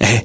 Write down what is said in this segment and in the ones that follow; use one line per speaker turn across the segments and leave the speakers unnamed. Hey, Eh,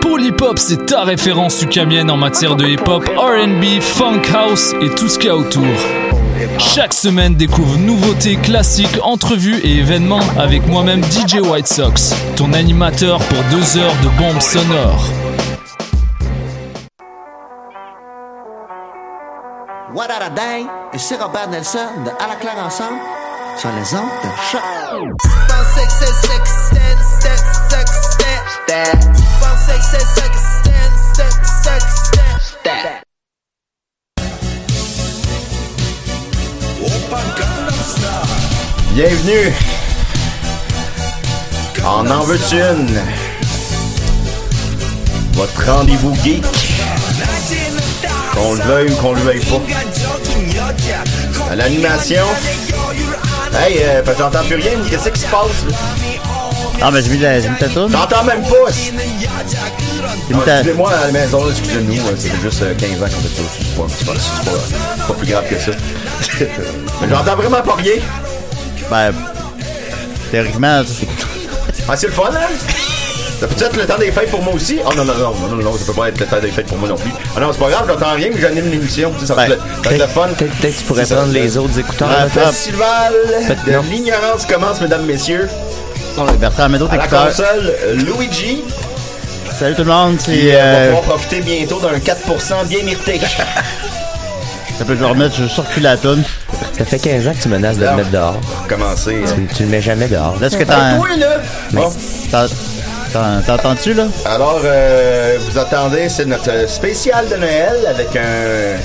Polypop, c'est ta référence ukamienne en matière de hip-hop, RB, funk house et tout ce qu'il y a autour. Chaque semaine, découvre nouveautés, classiques, entrevues et événements avec moi-même DJ White Sox, ton animateur pour deux heures de bombes sonores.
What a day? Ici Robert Nelson de À la Claire Ensemble sur les ondes de choc.
Bienvenue! En en veux-tu une? Votre rendez-vous geek. Qu'on le veuille ou qu'on le veuille pas. À l'animation. Hey, euh, ben, j'entends plus rien, mais qu'est-ce qui se passe? là?
Ah, ben, j'ai mis la, j'ai mis ta tourne.
J'entends même pas!
J'ai mis ta-
Excusez-moi à la maison, là, excusez-nous, euh, c'est juste euh, 15 ans qu'on fait ça aussi. C'est pas, c'est pas, c'est pas- pas plus grave que ça. Mais J'entends vraiment pas rien.
Ben, théoriquement, tu-
Ah, c'est le fun, hein? Ça peut être le temps des fêtes pour moi aussi? Oh non, non, non, non, non, non, ça peut pas être le temps des fêtes pour moi non plus. Ah non, c'est pas grave, j'entends rien, mais j'anime l'émission, tu sais, ça va
Ben,
être le- ça va être le fun.
Peut-être peut-être tu pourrais
C'est ça,
prendre
le-
les autres écouteurs.
Le
là.
festival
Faites- non.
de l'ignorance commence, mesdames, messieurs.
Bertrand, mets d'autres
À la
écouteurs.
console, euh, Luigi,
Salut tout le monde,
qui
c'est.
euh,
Euh,
va pouvoir profiter bientôt d'un 4% bien mérité.
ça peut te remettre, je circule la toune.
Ça fait 15 ans que tu menaces de le
Non.
mettre dehors.
Commencer.
Tu, tu le mets jamais dehors.
Là, ce que
Hey,
t'en.
Ben,
toi, là! Bon,
t'en- t'en- T'entends-tu, là?
alors, euh, vous attendez, c'est notre spécial de Noël avec un.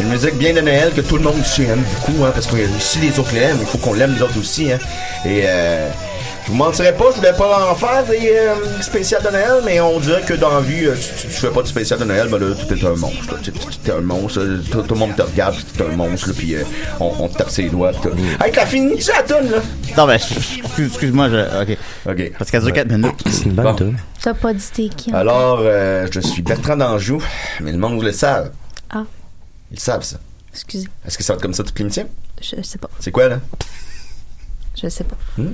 Une musique bien de Noël que tout le monde ici aime beaucoup, hein, parce que si les autres l'aiment, il faut qu'on l'aime nous autres aussi. Hein. Et euh, je vous mentirais pas, je voulais pas en faire des euh, spéciales de Noël, mais on dirait que dans la vie, euh, si tu, tu fais pas de spécial de Noël, ben là, tout est un monstre. là. Tu- tu- T'es un monstre, euh, tout, tout le monde te regarde, puis t'es un monstre, là, puis euh, on, on te tape ses doigts. puis tout. Hey, t'as fini, tu la toune, là?
Non, ben, excuse- excuse-moi, je. Ok.
Ok. Ah,
Parce qu'elle dure 4 minutes.
C'est une bonne
Bon.
toune.
T'as pas dit t'es qui? hein?
Alors, euh, je suis Bertrand d'Anjou, mais le monde le savent.
Ah.
Ils le savent, ça.
Excusez,
Est-ce que ça va être comme ça toute l'émission?
je sais pas,
C'est quoi, là?
je sais pas.
Hmm?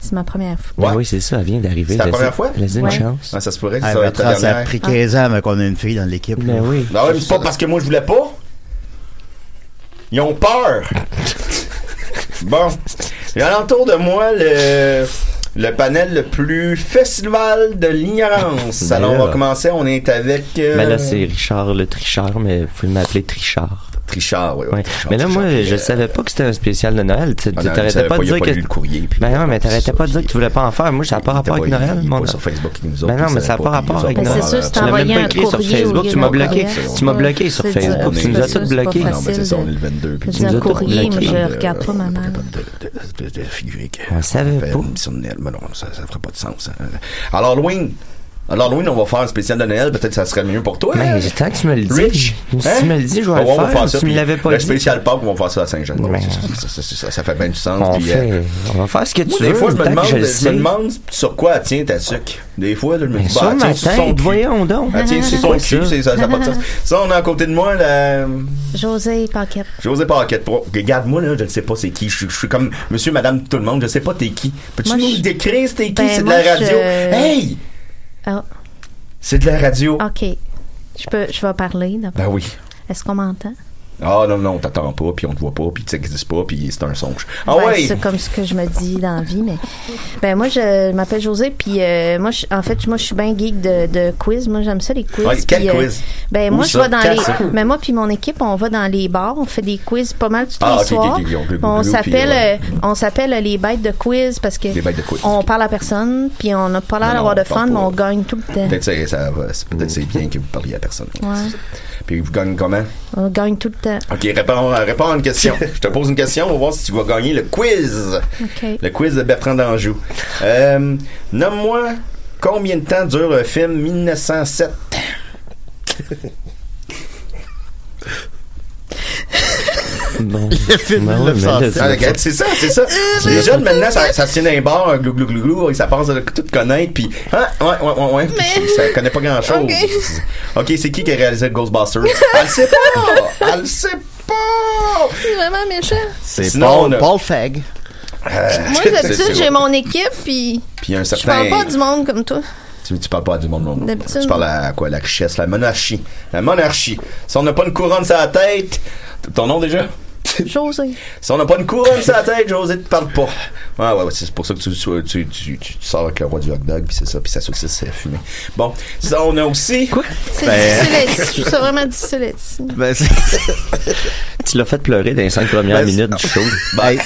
C'est ma première fois.
Ben oui, c'est ça, elle vient d'arriver.
C'est la
Laisse-
première fois?
Laisse-lui une
Ouais.
chance.
Ah, ça se pourrait que
Ah,
ça va être la
Bertrand, ça a
dernière.
pris 15 ans avant qu'on ait une fille dans l'équipe. là.
Ben oui.
Non, Bah mais c'est pas parce que moi, je voulais pas. Ils ont peur. bon. Et alentour de moi, le... Le panel le plus festival de l'ignorance. Alors, on va
Yeah.
commencer. On est avec... euh,
Mais là, c'est Richard le tricheur, mais vous pouvez m'appeler Trichard.
Trichard, Ah oui.
Ouais. mais là, moi, je savais pas que c'était un spécial de Noël. Tu tu- t'arrêtais pas de dire
pas lu le
que.
courrier. puis-
Ben non, mais t'arrêtais pas de dire que tu voulais pas en faire. Moi, ça n'a pas
Il était
rapport avec
il-
Noël,
il est
mon
pas sur Facebook, il nous
Ben non,
autres, il
mais
savait
ça a pas rapport
il nous
avec
autres,
Ben,
Noël.
il
c'est sûr,
nous aurait-
c'est
Tu l'as même
envoyé
pas
un
écrit sur
courrier au
Facebook,
lieu
tu m'as
d'un
bloqué.
courriel.
Tu m'as bloqué sur
C'est dur,
Facebook,
c'est
tu nous as
pas sûr,
tous
c'est pas
bloqués.
Non, mais c'est ça, on est le 22. puis
Je
nous
dis un
autres, on est
courrier, mais
capable
je
de-
regarde pas ma mère.
de- de- de- de figurer que-
On savait
fait
pas.
une mission de Noël. Mais non, ça, ça ferait pas de sens. hein. Alors, Halloween. Alors, Halloween, on va faire un spécial de Noël. Peut-être que ça serait mieux pour toi. hein.
Mais tant que tu me le dis,
Rich.
je- si
Hein?
tu me le dis, je
Ah
vais
ouais, on va
le faire.
ça,
Si tu me
puis
l'avais pas
Le
dit.
spécial pop, on va faire ça à Saint-Jean.
Ben,
Ça, ça- ça- ça fait bien du sens.
On
puis, euh,
fait. On va faire ce que
moi,
tu veux.
des fois, je me
tant que
demande,
je le
je
sais.
me demande sur quoi elle tient ta sucre. Des fois, là, je me
Mais
dis,
sur
bah, elle
ma
tient sur son
tête,
cul.
voyons donc.
Elle tient sur son
Quoi,
cul,
ça?
c'est- ça n'a pas de sens. Ça, on est à côté de moi, la...
José Paquette.
José Paquette, pro- regarde-moi là, je ne sais pas c'est qui. Je, suis- je suis comme monsieur, madame, tout le monde, je sais pas t'es qui. Peux-tu
Moi,
nous
je-
décrire c'est qui?
Ben,
c'est de
moi,
la radio.
je-
Hey!
Ah,
C'est de la radio.
ok. Je peux, je vais parler d'abord.
Ben oui.
Est-ce qu'on m'entend?
Ah non, non, on t'attend pas, puis on te voit pas, puis tu n'existes pas, puis c'est un songe. Ah
Ouais,
ouais!
Ben, C'est comme ce que je me dis dans la vie, mais ben moi je m'appelle José, puis euh, moi je- en fait moi je suis bien geek de, de quiz. Moi j'aime ça les quiz.
Ouais, quel
puis, euh,
quiz?
ben
Où
moi je
ça?
vais dans
Quand
les.
ça?
Mais moi puis mon équipe on va dans les bars, on fait des quiz pas mal tous
Ah,
les
ok, ok,
soirs.
ok, ok, ok,
on
ok, ok,
s'appelle
ouais.
euh, on s'appelle euh, les bêtes de quiz parce que
Les bêtes de quiz.
on parle à personne, puis on n'a pas
Non,
l'air
non,
d'avoir de
on parle
fun, mais
pas. Ben.
on gagne tout le temps.
Peut-être c'est- ça va- c'est- peut-être c'est bien que vous parliez à personne.
Ouais,
Puis vous gagnez comment?
on gagne tout le temps.
Ok, réponds, euh, réponds à une question. Je te pose une question, on va voir si tu vas gagner le quiz.
Ok.
Le quiz de Bertrand d'Anjou. Euh, Nomme-moi combien de temps dure le film 1907?
Bon.
Le film
Ben ouais, mais là,
1907.
Ah, regarde, c'est ça, c'est ça. Les jeunes, maintenant, ça, ça se tient dans les bars, euh, glou, glou, glou, glou, et ça pense de tout connaître, puis ah, ouais, ouais, ouais, ouais, puis ça connaît pas grand-chose.
Ok.
Ok, c'est qui qui a réalisé Ghostbusters? Elle le sait pas! Ah, Elle le sait pas!
C'est vraiment méchant.
C'est
Sinon, on
Paul,
a- Euh,
Paul Fag.
Moi
C'est- c'est
d'habitude j'ai
vrai.
mon équipe, puis
Puis il y a un
je parle
Ben-
certain...
pas du monde comme toi.
Tu, tu parles pas à du monde, non, non.
D'habitude.
Tu parles à quoi? La richesse, la monarchie. La monarchie. Si on n'a pas une couronne sur la tête... t- Ton nom, déjà?
José.
Si on n'a pas une couronne sur la tête, José, te parle pas. Ouais, ouais, ouais, c'est pour ça que tu, tu, tu, tu, tu- tu sors avec le roi du hot dog, puis c'est ça, puis sa saucisse, c'est fumé. Bon, ça, on a aussi... Quoi?
C'est
Ben-
difficile à dire. Je trouve ça vraiment difficile à dire.
Ben, c'est-
Tu l'as fait pleurer dans les cinq premières
Ben, c'est-
minutes du show.
ben,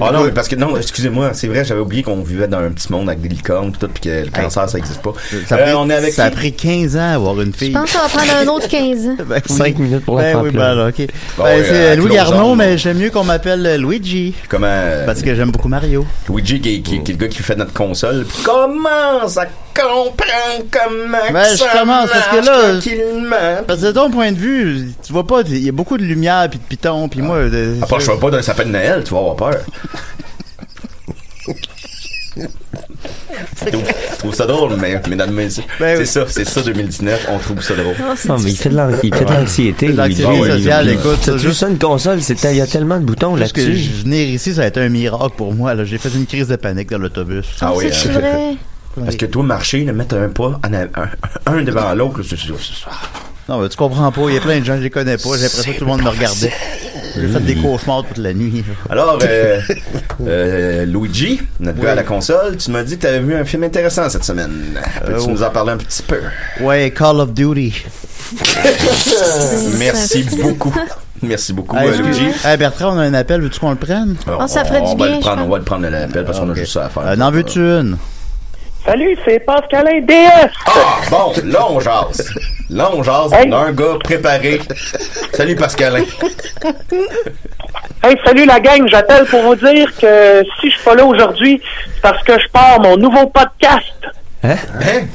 Ah non, mais parce que, non, excusez-moi, c'est vrai, j'avais oublié qu'on vivait dans un petit monde avec des licornes, puis tout, puis que le cancer, ça existe pas.
ça, a
Euh,
pris,
on est avec
ça a
qui?
pris 15 ans à avoir une
Je
fille.
pense que ça va prendre un autre 15 ans.
Ben, oui.
Cinq minutes pour la
ben,
faire
oui,
pleurer.
ben, là, ok.
Bon,
Ben,
euh,
c'est
avec
Louis
Claude
Garnon,
Jean.
mais j'aime mieux qu'on m'appelle euh, Luigi.
Comment... euh,
Parce que j'aime beaucoup Mario.
Luigi qui, qui, qui est le gars qui fait notre console commence à comprendre comment
Ben,
que
je
ça
commence, parce que
marche
là-
tranquillement.
Parce que de ton point de vue, tu vois pas, il y a beaucoup de lumière puis de pitons puis moi. de-
Ah, À part, je vois pas d'un sapin de Noël, tu vas avoir peur. Je trouve- je trouve ça drôle, mais, mesdames, messieurs,
Ben
c'est
oui.
ça, c'est ça 2019, on trouve ça drôle.
Non, mais il fait de l'an- il fait de l'anxiété.
de l'anxiété
Luigi.
sociale,
Puis,
écoute,
t'as-tu
juste-
vu ça, une console, c'était- il y a tellement de boutons
Juste que
là-dessus.
je- venir ici, ça a été un miracle pour moi. là. J'ai fait une crise de panique dans l'autobus.
Ah oui,
C'est
hein.
vrai.
Parce que toi, marcher, le mettre un pas, en av- un, un devant l'autre, là, c'est- c'est- c'est-
Non, mais tu comprends pas. Il y a plein de gens que je les connais pas. J'ai l'impression que tout le monde me regardait. J'ai fait des cauchemars toute la nuit.
Alors, euh, euh, Luigi, notre gars à la console, tu m'as dit que tu avais vu un film intéressant cette semaine. Peux-tu
Euh,
nous en parler un petit peu?
Ouais, Call of Duty.
Merci beaucoup. Merci beaucoup,
Hey,
euh, Luigi.
Ah, excuse- hey, Bertrand, on a un appel. Veux-tu qu'on le prenne?
Alors,
Ah, ça ferait
on
du
va
bien,
le
je
prendre, on
pense.
va le prendre à l'appel parce qu'on a
Ok.
juste ça à faire.
Euh, N'en veux-tu une?
Salut, c'est Pascalin DS.
Ah, bon, là on jase. Là on jase,
Hey.
on a un gars préparé. Salut Pascalin.
Hey, salut la gang, j'appelle pour vous dire que si je suis pas là aujourd'hui, c'est parce que je pars mon nouveau podcast.
Hein?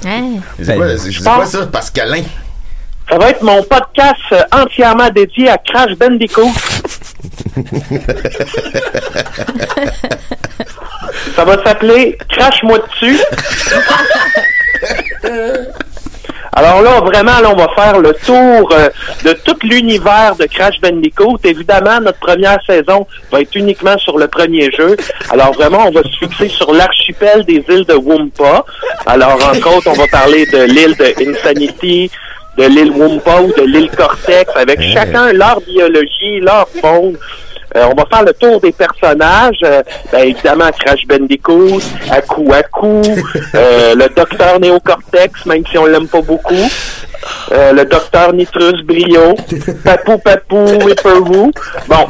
Hein?
C'est quoi, c'est- c'est quoi ça, Pascalin?
Ça va être mon podcast euh, entièrement dédié à Crash Bandicoot. Ça va s'appeler Crash-moi dessus. Alors là, vraiment, là, on va faire le tour euh, de tout l'univers de Crash Bandicoot. Évidemment, notre première saison va être uniquement sur le premier jeu. Alors vraiment, on va se fixer sur l'archipel des îles de Wumpa. Alors, entre autres, on va parler de l'île de Insanity, de l'île Wumpa ou de l'île Cortex, avec chacun leur biologie, leur faune. Euh, on va faire le tour des personnages. Euh, ben, évidemment, Crash Bandicoot, Aku Aku, euh, le docteur Néocortex, même si on l'aime pas beaucoup, euh, le docteur Nitrus Brio, Papou Papou, Whipperoo. Bon.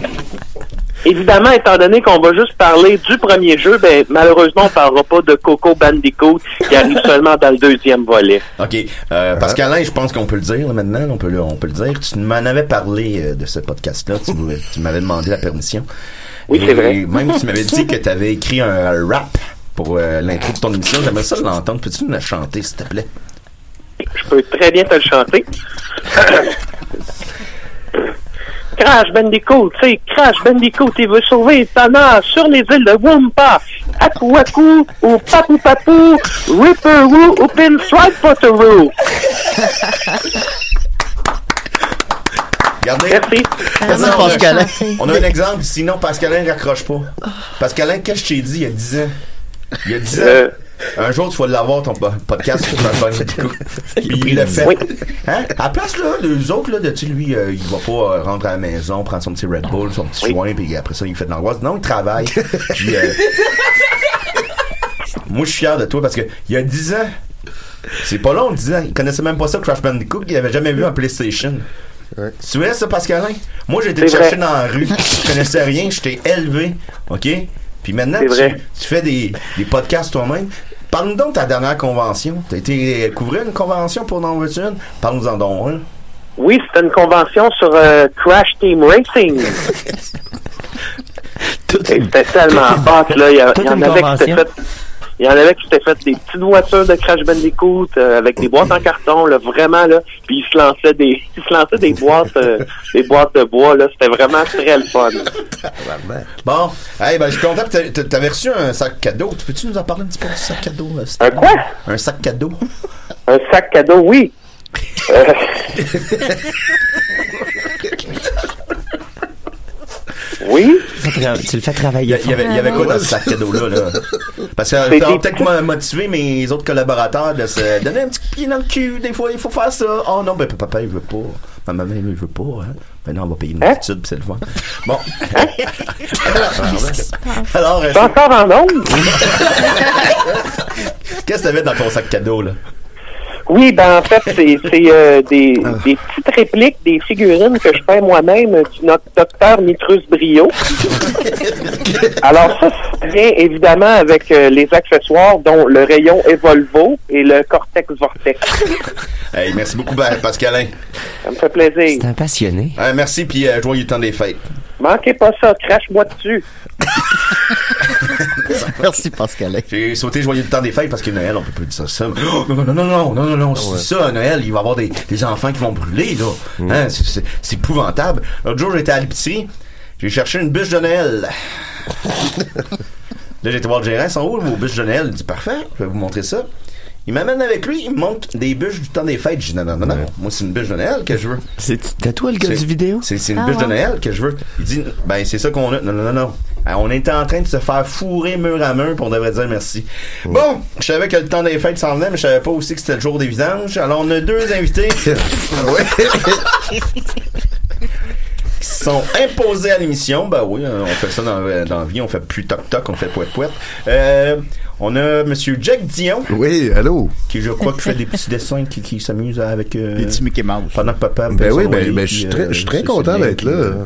Évidemment, étant donné qu'on va juste parler du premier jeu, ben, malheureusement, on parlera pas de Coco Bandicoot qui arrive seulement dans le deuxième volet.
Ok, euh,
Ah.
Pascalin, je pense qu'on peut le dire là, maintenant, on peut le, on peut le dire. Tu m'en avais parlé euh, de ce podcast-là, tu, m'avais- tu m'avais demandé la permission.
Oui, c'est
Et
vrai.
Même tu m'avais dit que tu avais écrit un rap pour euh, l'intro de ton émission. J'aimerais ça l'entendre. Peux-tu nous la chanter, s'il te plaît?
je peux très bien te le chanter. Crash Bandicoot, c'est Crash Bandicoot, il veut sauver Tana sur les îles de Wumpa. Aku Aku ou Papu Papu, Ripperoo ou Pinstripe Potteroo.
Regardez.
Merci.
Merci,
Vraiment,
Pascalin.
on va chanter.
On a un exemple, sinon Pascalin raccroche pas. Pascalin, qu'est-ce que je t'ai dit il y a 10 ans? Il y a 10 ans.
Euh,
Un jour, tu vas l'avoir, ton po- podcast sur Crash Bandicoot. Puis il le fait. Hein? À la place, là, les autres, là, de, tu sais, lui, euh, il va pas euh, rentrer à la maison, prendre son petit Red Bull, son petit soin, puis après ça, il fait de l'angoisse. Non, il travaille. Puis, euh, moi, je suis fier de toi parce que il y a 10 ans, c'est pas long, 10 ans, il connaissait même pas ça, Crash Bandicoot, il avait jamais vu un PlayStation. Tu vois ça, Pascalin? Moi, j'ai été
C'est
te chercher
vrai.
dans la rue. Je connaissais rien, je t'ai élevé. OK? Puis maintenant,
C'est
tu,
vrai.
tu fais des, des podcasts toi-même. Parle-nous donc de ta dernière convention. T'as été couvrir une convention pour non veux-tu une? Parle-nous-en donc une.
Oui, c'était une convention sur euh, Crash Team Racing. Et C'était tellement hot, là. Il y, a-
toute
il y en
une
avait qui
convention.
s'étaient fait. Il y en avait qui s'étaient fait des petites voitures de Crash Bandicoot euh, avec des boîtes en carton, là, vraiment là. Puis ils se lançaient des, ils se lançaient des boîtes, euh, des boîtes de bois, là. C'était vraiment très le fun.
Bon, hey, ben, je suis content. T'a- t'a- T'avais reçu un sac cadeau. Tu Peux-tu nous en parler un petit peu du sac cadeau? euh,
Un
Stéphane?
quoi
Un sac cadeau.
Un sac cadeau, oui. Euh, oui.
Tu le fais travailler.
Il y avait, il y avait quoi dans ce sac cadeau-là? Là? Parce que
C'est
ça
des-
va peut-être mo- motiver mes autres collaborateurs de se donner un petit coup de pied dans le cul. Des fois, il faut faire ça. Oh non, ben papa, il veut pas. Ma maman, il veut pas. Hein? Ben non, on va payer une étude, c'est le fun. Bon. Alors, euh,
C'est encore en ondes?
qu'est-ce que t'avais dans ton sac cadeau, là?
Oui, ben en fait, c'est c'est, euh, des,
Ah.
des petites répliques, des figurines que je fais moi-même euh, du notre docteur Nitrus Brio. Alors ça, ça vient évidemment avec euh, les accessoires, dont le rayon Evolvo et le Cortex Vortex.
Hey, merci beaucoup, ben, Pascalin.
Ça me fait plaisir.
C'est un passionné.
Hein, merci, puis euh, joyeux temps des fêtes.
Manquez pas ça, crache-moi dessus.
Merci, Pascalin. J'ai sauté joyeux temps des fêtes parce que Noël, on peut plus dire ça. ça. Oh, non, non, non, non, non, non, non, c'est ça, Noël, il va y avoir des, des enfants qui vont brûler, là. Hein, c'est- c'est c'est épouvantable. L'autre jour, j'étais à l'épicerie, j'ai cherché une bûche de Noël. Là, j'ai été voir le gérant, ils sont où vos bûches de Noël? Il dit, parfait, je vais vous montrer ça. Il m'amène avec lui, il me montre des bûches du temps des fêtes. Je dis, non, non, non, non, moi, c'est une bûche de Noël que je veux.
C'est toi le gars
C'est-
du vidéo?
C'est c'est une
Ah
bûche de
ouais.
Noël que je veux. Il dit, ben, c'est ça qu'on a. Non, non, non, non. Ah, On était en train de se faire fourrer mur à mur, puis on devrait dire merci. Bon, je savais que le temps des fêtes s'en venait, mais je savais pas aussi que c'était le jour des vidanges. Alors, on a deux invités qui sont imposés à l'émission. Ben oui, euh, on fait ça dans, euh, dans la vie. On fait plus toc-toc, on fait pouet-pouet. Euh, on a Monsieur Jack Dion.
Oui, allô?
Qui, je crois, qui fait des petits dessins, qui, qui s'amuse avec... euh, Pendant que papa... me fait
Ben oui,
son
ben,
lit,
ben, je suis
puis,
très,
euh,
je suis très
c'est-
content
c'est bien,
d'être
puis,
là.
euh,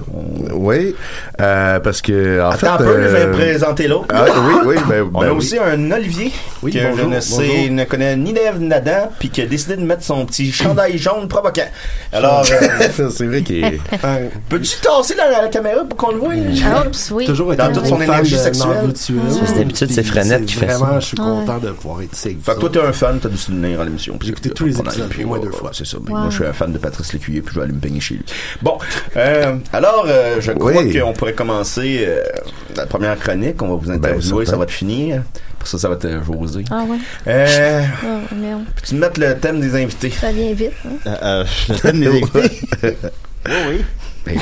Oui, euh, parce que, en
Attends un
fait...
peu, je vais
euh,
présenter l'autre.
Ah, oui, oui, ben,
On
ben
a
oui.
aussi un Olivier
Oui,
que
bonjour,
je ne, sais-
bonjour.
ne connais ni lèvres ni Adam, puis qui a décidé de mettre son petit chandail jaune provoquant. Alors, euh,
c'est vrai qu'il est...
euh, peux-tu tasser la, la caméra pour qu'on le voit?
Oups, oui.
Toujours
dans toute son
fan
énergie
de
sexuelle.
Marvel Tueur. Parce que d'habitude, c'est Frenette qui fait ça.
Vraiment, je
suis
content
de pouvoir être ici. Fait que toi, t'es un fan, t'as décidé de venir à l'émission. J'ai écouté tous les épisodes, au moins deux fois. C'est ça. mais
Wow.
Moi, je suis un fan de Patrice Lécuyer, puis je vais aller me peigner chez lui. Bon, euh, alors, euh, je crois qu'on pourrait commencer euh, la première chronique. On va vous interviewer, Ben, ça va te finir. Pour ça, ça va te José.
Ah ouais.
Euh,
Ah, merde.
peux-tu me mettre le thème des invités?
Ça vient vite. hein?
le thème des invités? oui, oui. Ben,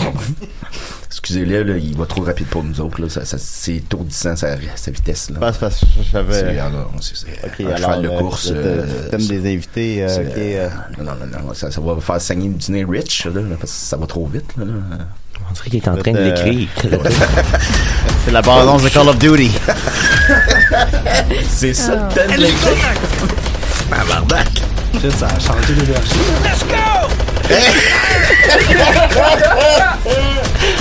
Excusez-le, là, il va trop rapide pour nous autres. Là. Ça, ça- c'est étourdissant sa, sa vitesse. Là.
Parce, parce que j'avais.
C'est- alors, c'est- c'est
Ok,
un cheval de
euh,
course.
le-
euh,
le thème des invités. euh,
c'est-
ok, euh,
Non, non, non, non, ça, ça va faire saigner du nez Rich, là, là, parce que ça va trop vite. Là, là.
On dirait qu'il est en train de l'écrire.
C'est la base de Call of Duty.
c'est ça le thème.
Elle est
Ah, bardac!
Ça a changé l'énergie.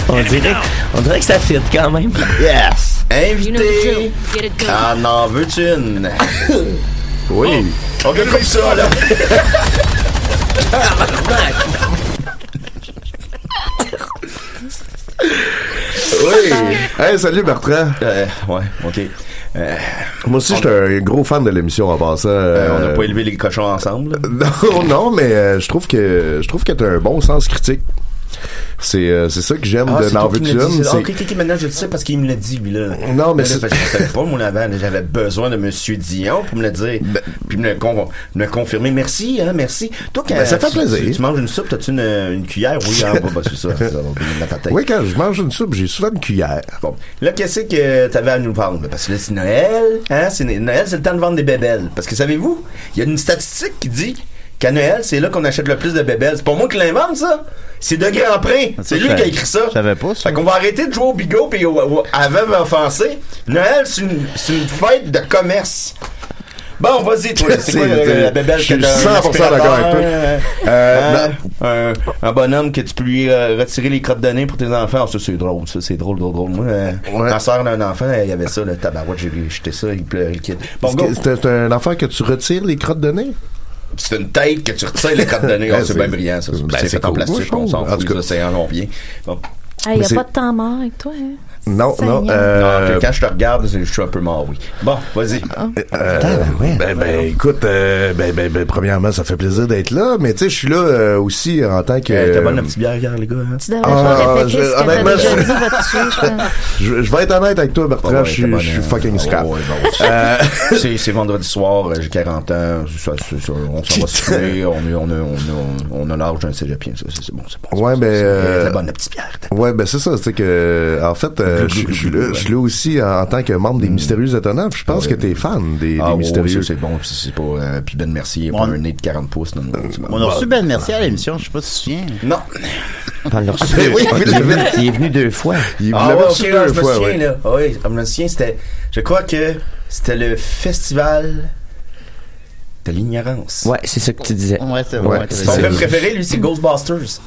On dirait, on dirait que ça fit quand même.
Yes! Invité! Ah, n'en veux-tu une? oui! On veut comme ça, là!
Oui! Hey, salut Bertrand!
Euh, ouais, ok.
Moi aussi, j'étais un gros fan de l'émission en passant.
on n'a
euh,
pas élevé les cochons ensemble.
Non, non, mais euh, je trouve que je trouve que t'as un bon sens critique. C'est euh, c'est ça que j'aime
Ah,
de
c'est toi qui me l'as dit,
Narvutune.
c'est-
c'est-
Ok, ok, ok, maintenant je le sais parce qu'il me l'a dit, lui, là.
Non, mais
là,
c'est-
parce que Je savais pas, mon avant. là, J'avais besoin de Monsieur Dion pour me le dire.
Ben-
Puis me le, con- me le confirmer. Merci, hein, merci. Toi, quand
Ben, ça fait
tu,
plaisir.
Tu, tu manges une soupe, t'as-tu une, une cuillère? Oui, hein, bah, bah, c'est ça. c'est ça, on peut mettre dans ta tête.
Oui, quand je mange une soupe, j'ai souvent une cuillère.
Bon. Là, qu'est-ce que t'avais à nous vendre? Parce que là, c'est Noël, hein? C'est Noël, c'est le temps de vendre des bébelles. Parce que savez-vous, il y a une statistique qui dit qu'à Noël, c'est là qu'on achète le plus de bébelles. C'est pas moi qui l'invente, ça! C'est de Grand Pré! C'est lui qui a écrit ça!
Je savais pas, ça.
Fait qu'on va arrêter de jouer au bigot pis au, au- avant m'offenser. Noël, c'est une, c'est une fête de commerce. Bon, vas-y, toi, c'est quoi
C'est-
la,
c'est-
la bébelle
je suis
que t'as-
100% d'accord avec toi.
Euh,
Euh,
euh, un, un bonhomme que tu peux lui euh, retirer les crottes de nez pour tes enfants. Ah, Ça, c'est drôle. Ça, c'est drôle, drôle, drôle. Moi, euh, ma soeur d'un enfant, il y avait ça, le tabarouette, j'ai jeté ça, il pleurait le kid. Bon,
Est-ce
go.
que C'est un enfant que tu retires les crottes de nez?
C'est une tête que tu retires les crottes de nez. Oh, c'est bien brillant, ça.
Ben, c'est
c'est fait en
cool.
plastique,
Moi,
on
je
s'en
trouve. En
fout.
tout
ça, C'est un revient. Bon.
Il n'y
Mais
a
c'est-
pas de temps mort avec toi, hein?
Non, non.
Seigneur.
euh,
Non, que quand je te regarde, je suis un peu mort, oui. Bon, vas-y.
Euh,
Ah,
ben, ben, écoute, euh, ben, ben, ben, premièrement, ça fait plaisir d'être là, mais tu sais, je suis là euh, aussi en tant que.
Euh, T'as bonne la petite bière hier, les gars. hein?
Tu devrais
Ah,
pas répéter
je-
ce que
honnêtement,
t'as déjà
je-
dit, va te tuer, je pense.
je, je vais être honnête avec toi, Bertrand,
Ah ouais,
je,
t'es
suis-
bonne,
je
hein.
suis fucking scrap.
Euh, c'est c'est vendredi soir, euh, j'ai 40 ans, c'est ça, c'est ça, on s'en va se tuer, on, est- on, est- on, est- on a l'âge d'un cégepien, ça, c'est c'est bon, c'est bon.
Ouais, ben.
C'est
euh,
la bonne la petite bière.
Ouais, ben c'est ça, c'est que en fait, euh, je je suis là, je suis là aussi en, en tant que membre des Mystérieux Étonnants. puis Je pense que t'es fan des, des
Hmm. Ah, ouais,
Mystérieux.
ça, c'est bon, puis c'est pas. euh, puis Ben Mercier, pas un nez de 40 pouces, non, non. c'est bon.
On a reçu Ben Mercier à l'émission, je sais pas si tu te souviens.
Non.
On l'a reçu
Ben
deux
oui,
fois.
vous
Il est
l'avez-
venu- Il est venu deux fois.
Il
Ah ouais, ok, ouais, je me souviens, là. Ah oui, je me souviens, c'était. Je crois que c'était le festival de l'ignorance.
Ouais, c'est ça que tu disais.
Ouais, c'est
vrai.
Son film préféré, lui, c'est Ghostbusters.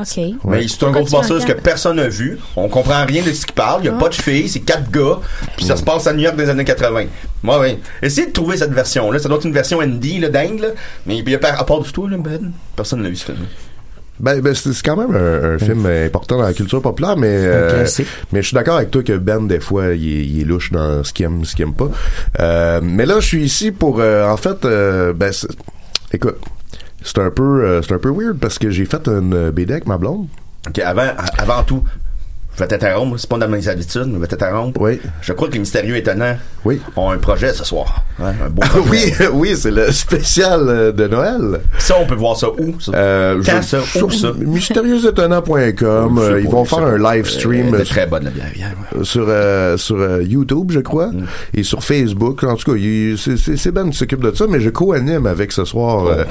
OK.
Mais c'est
Pourquoi tu
un Ghostbusters que
regardes?
personne n'a vu. On comprend rien de ce qu'il parle. Il n'y a pas de filles, c'est quatre gars. Puis ça se passe à New York des années 80. Moi, oui. Essayez de trouver cette version-là. Ça doit être une version indie, là, dingue, là. Mais il y a pas, à part du tout, là, ben, personne n'a vu ce film.
Ben, ben, c'est c'est quand même un, un film important dans la culture populaire, mais euh,
classique.
mais je suis d'accord avec toi que Ben des fois il est, il est louche dans ce qu'il aime, ce qu'il aime pas. Euh, mais là, je suis ici pour euh, en fait, euh, ben c'est- écoute, c'est un peu euh, c'est un peu weird parce que j'ai fait une BD avec ma blonde.
OK, avant, avant tout, je vais t'interrompre. C'est pas dans mes habitudes, mais je vais t'interrompre.
Oui.
Je crois que les mystérieux étonnants
Oui.
ont un projet ce soir. Hein, un beau
Ah
projet.
oui, oui, c'est le spécial euh, de Noël.
Ça, on peut voir ça où? ça?
Euh,
Quand
je-
ça? Où
sur
ça?
mystérieuxétonnant.com, euh, ils vont faire un live stream
Euh,
euh,
de très bonne la bière. hier, ouais.
sur euh, sur euh, YouTube, je crois,
Mm.
et sur Facebook. En tout cas, il- c'est- c'est c'est Ben qui s'occupe de ça, mais je co-anime avec ce soir. euh,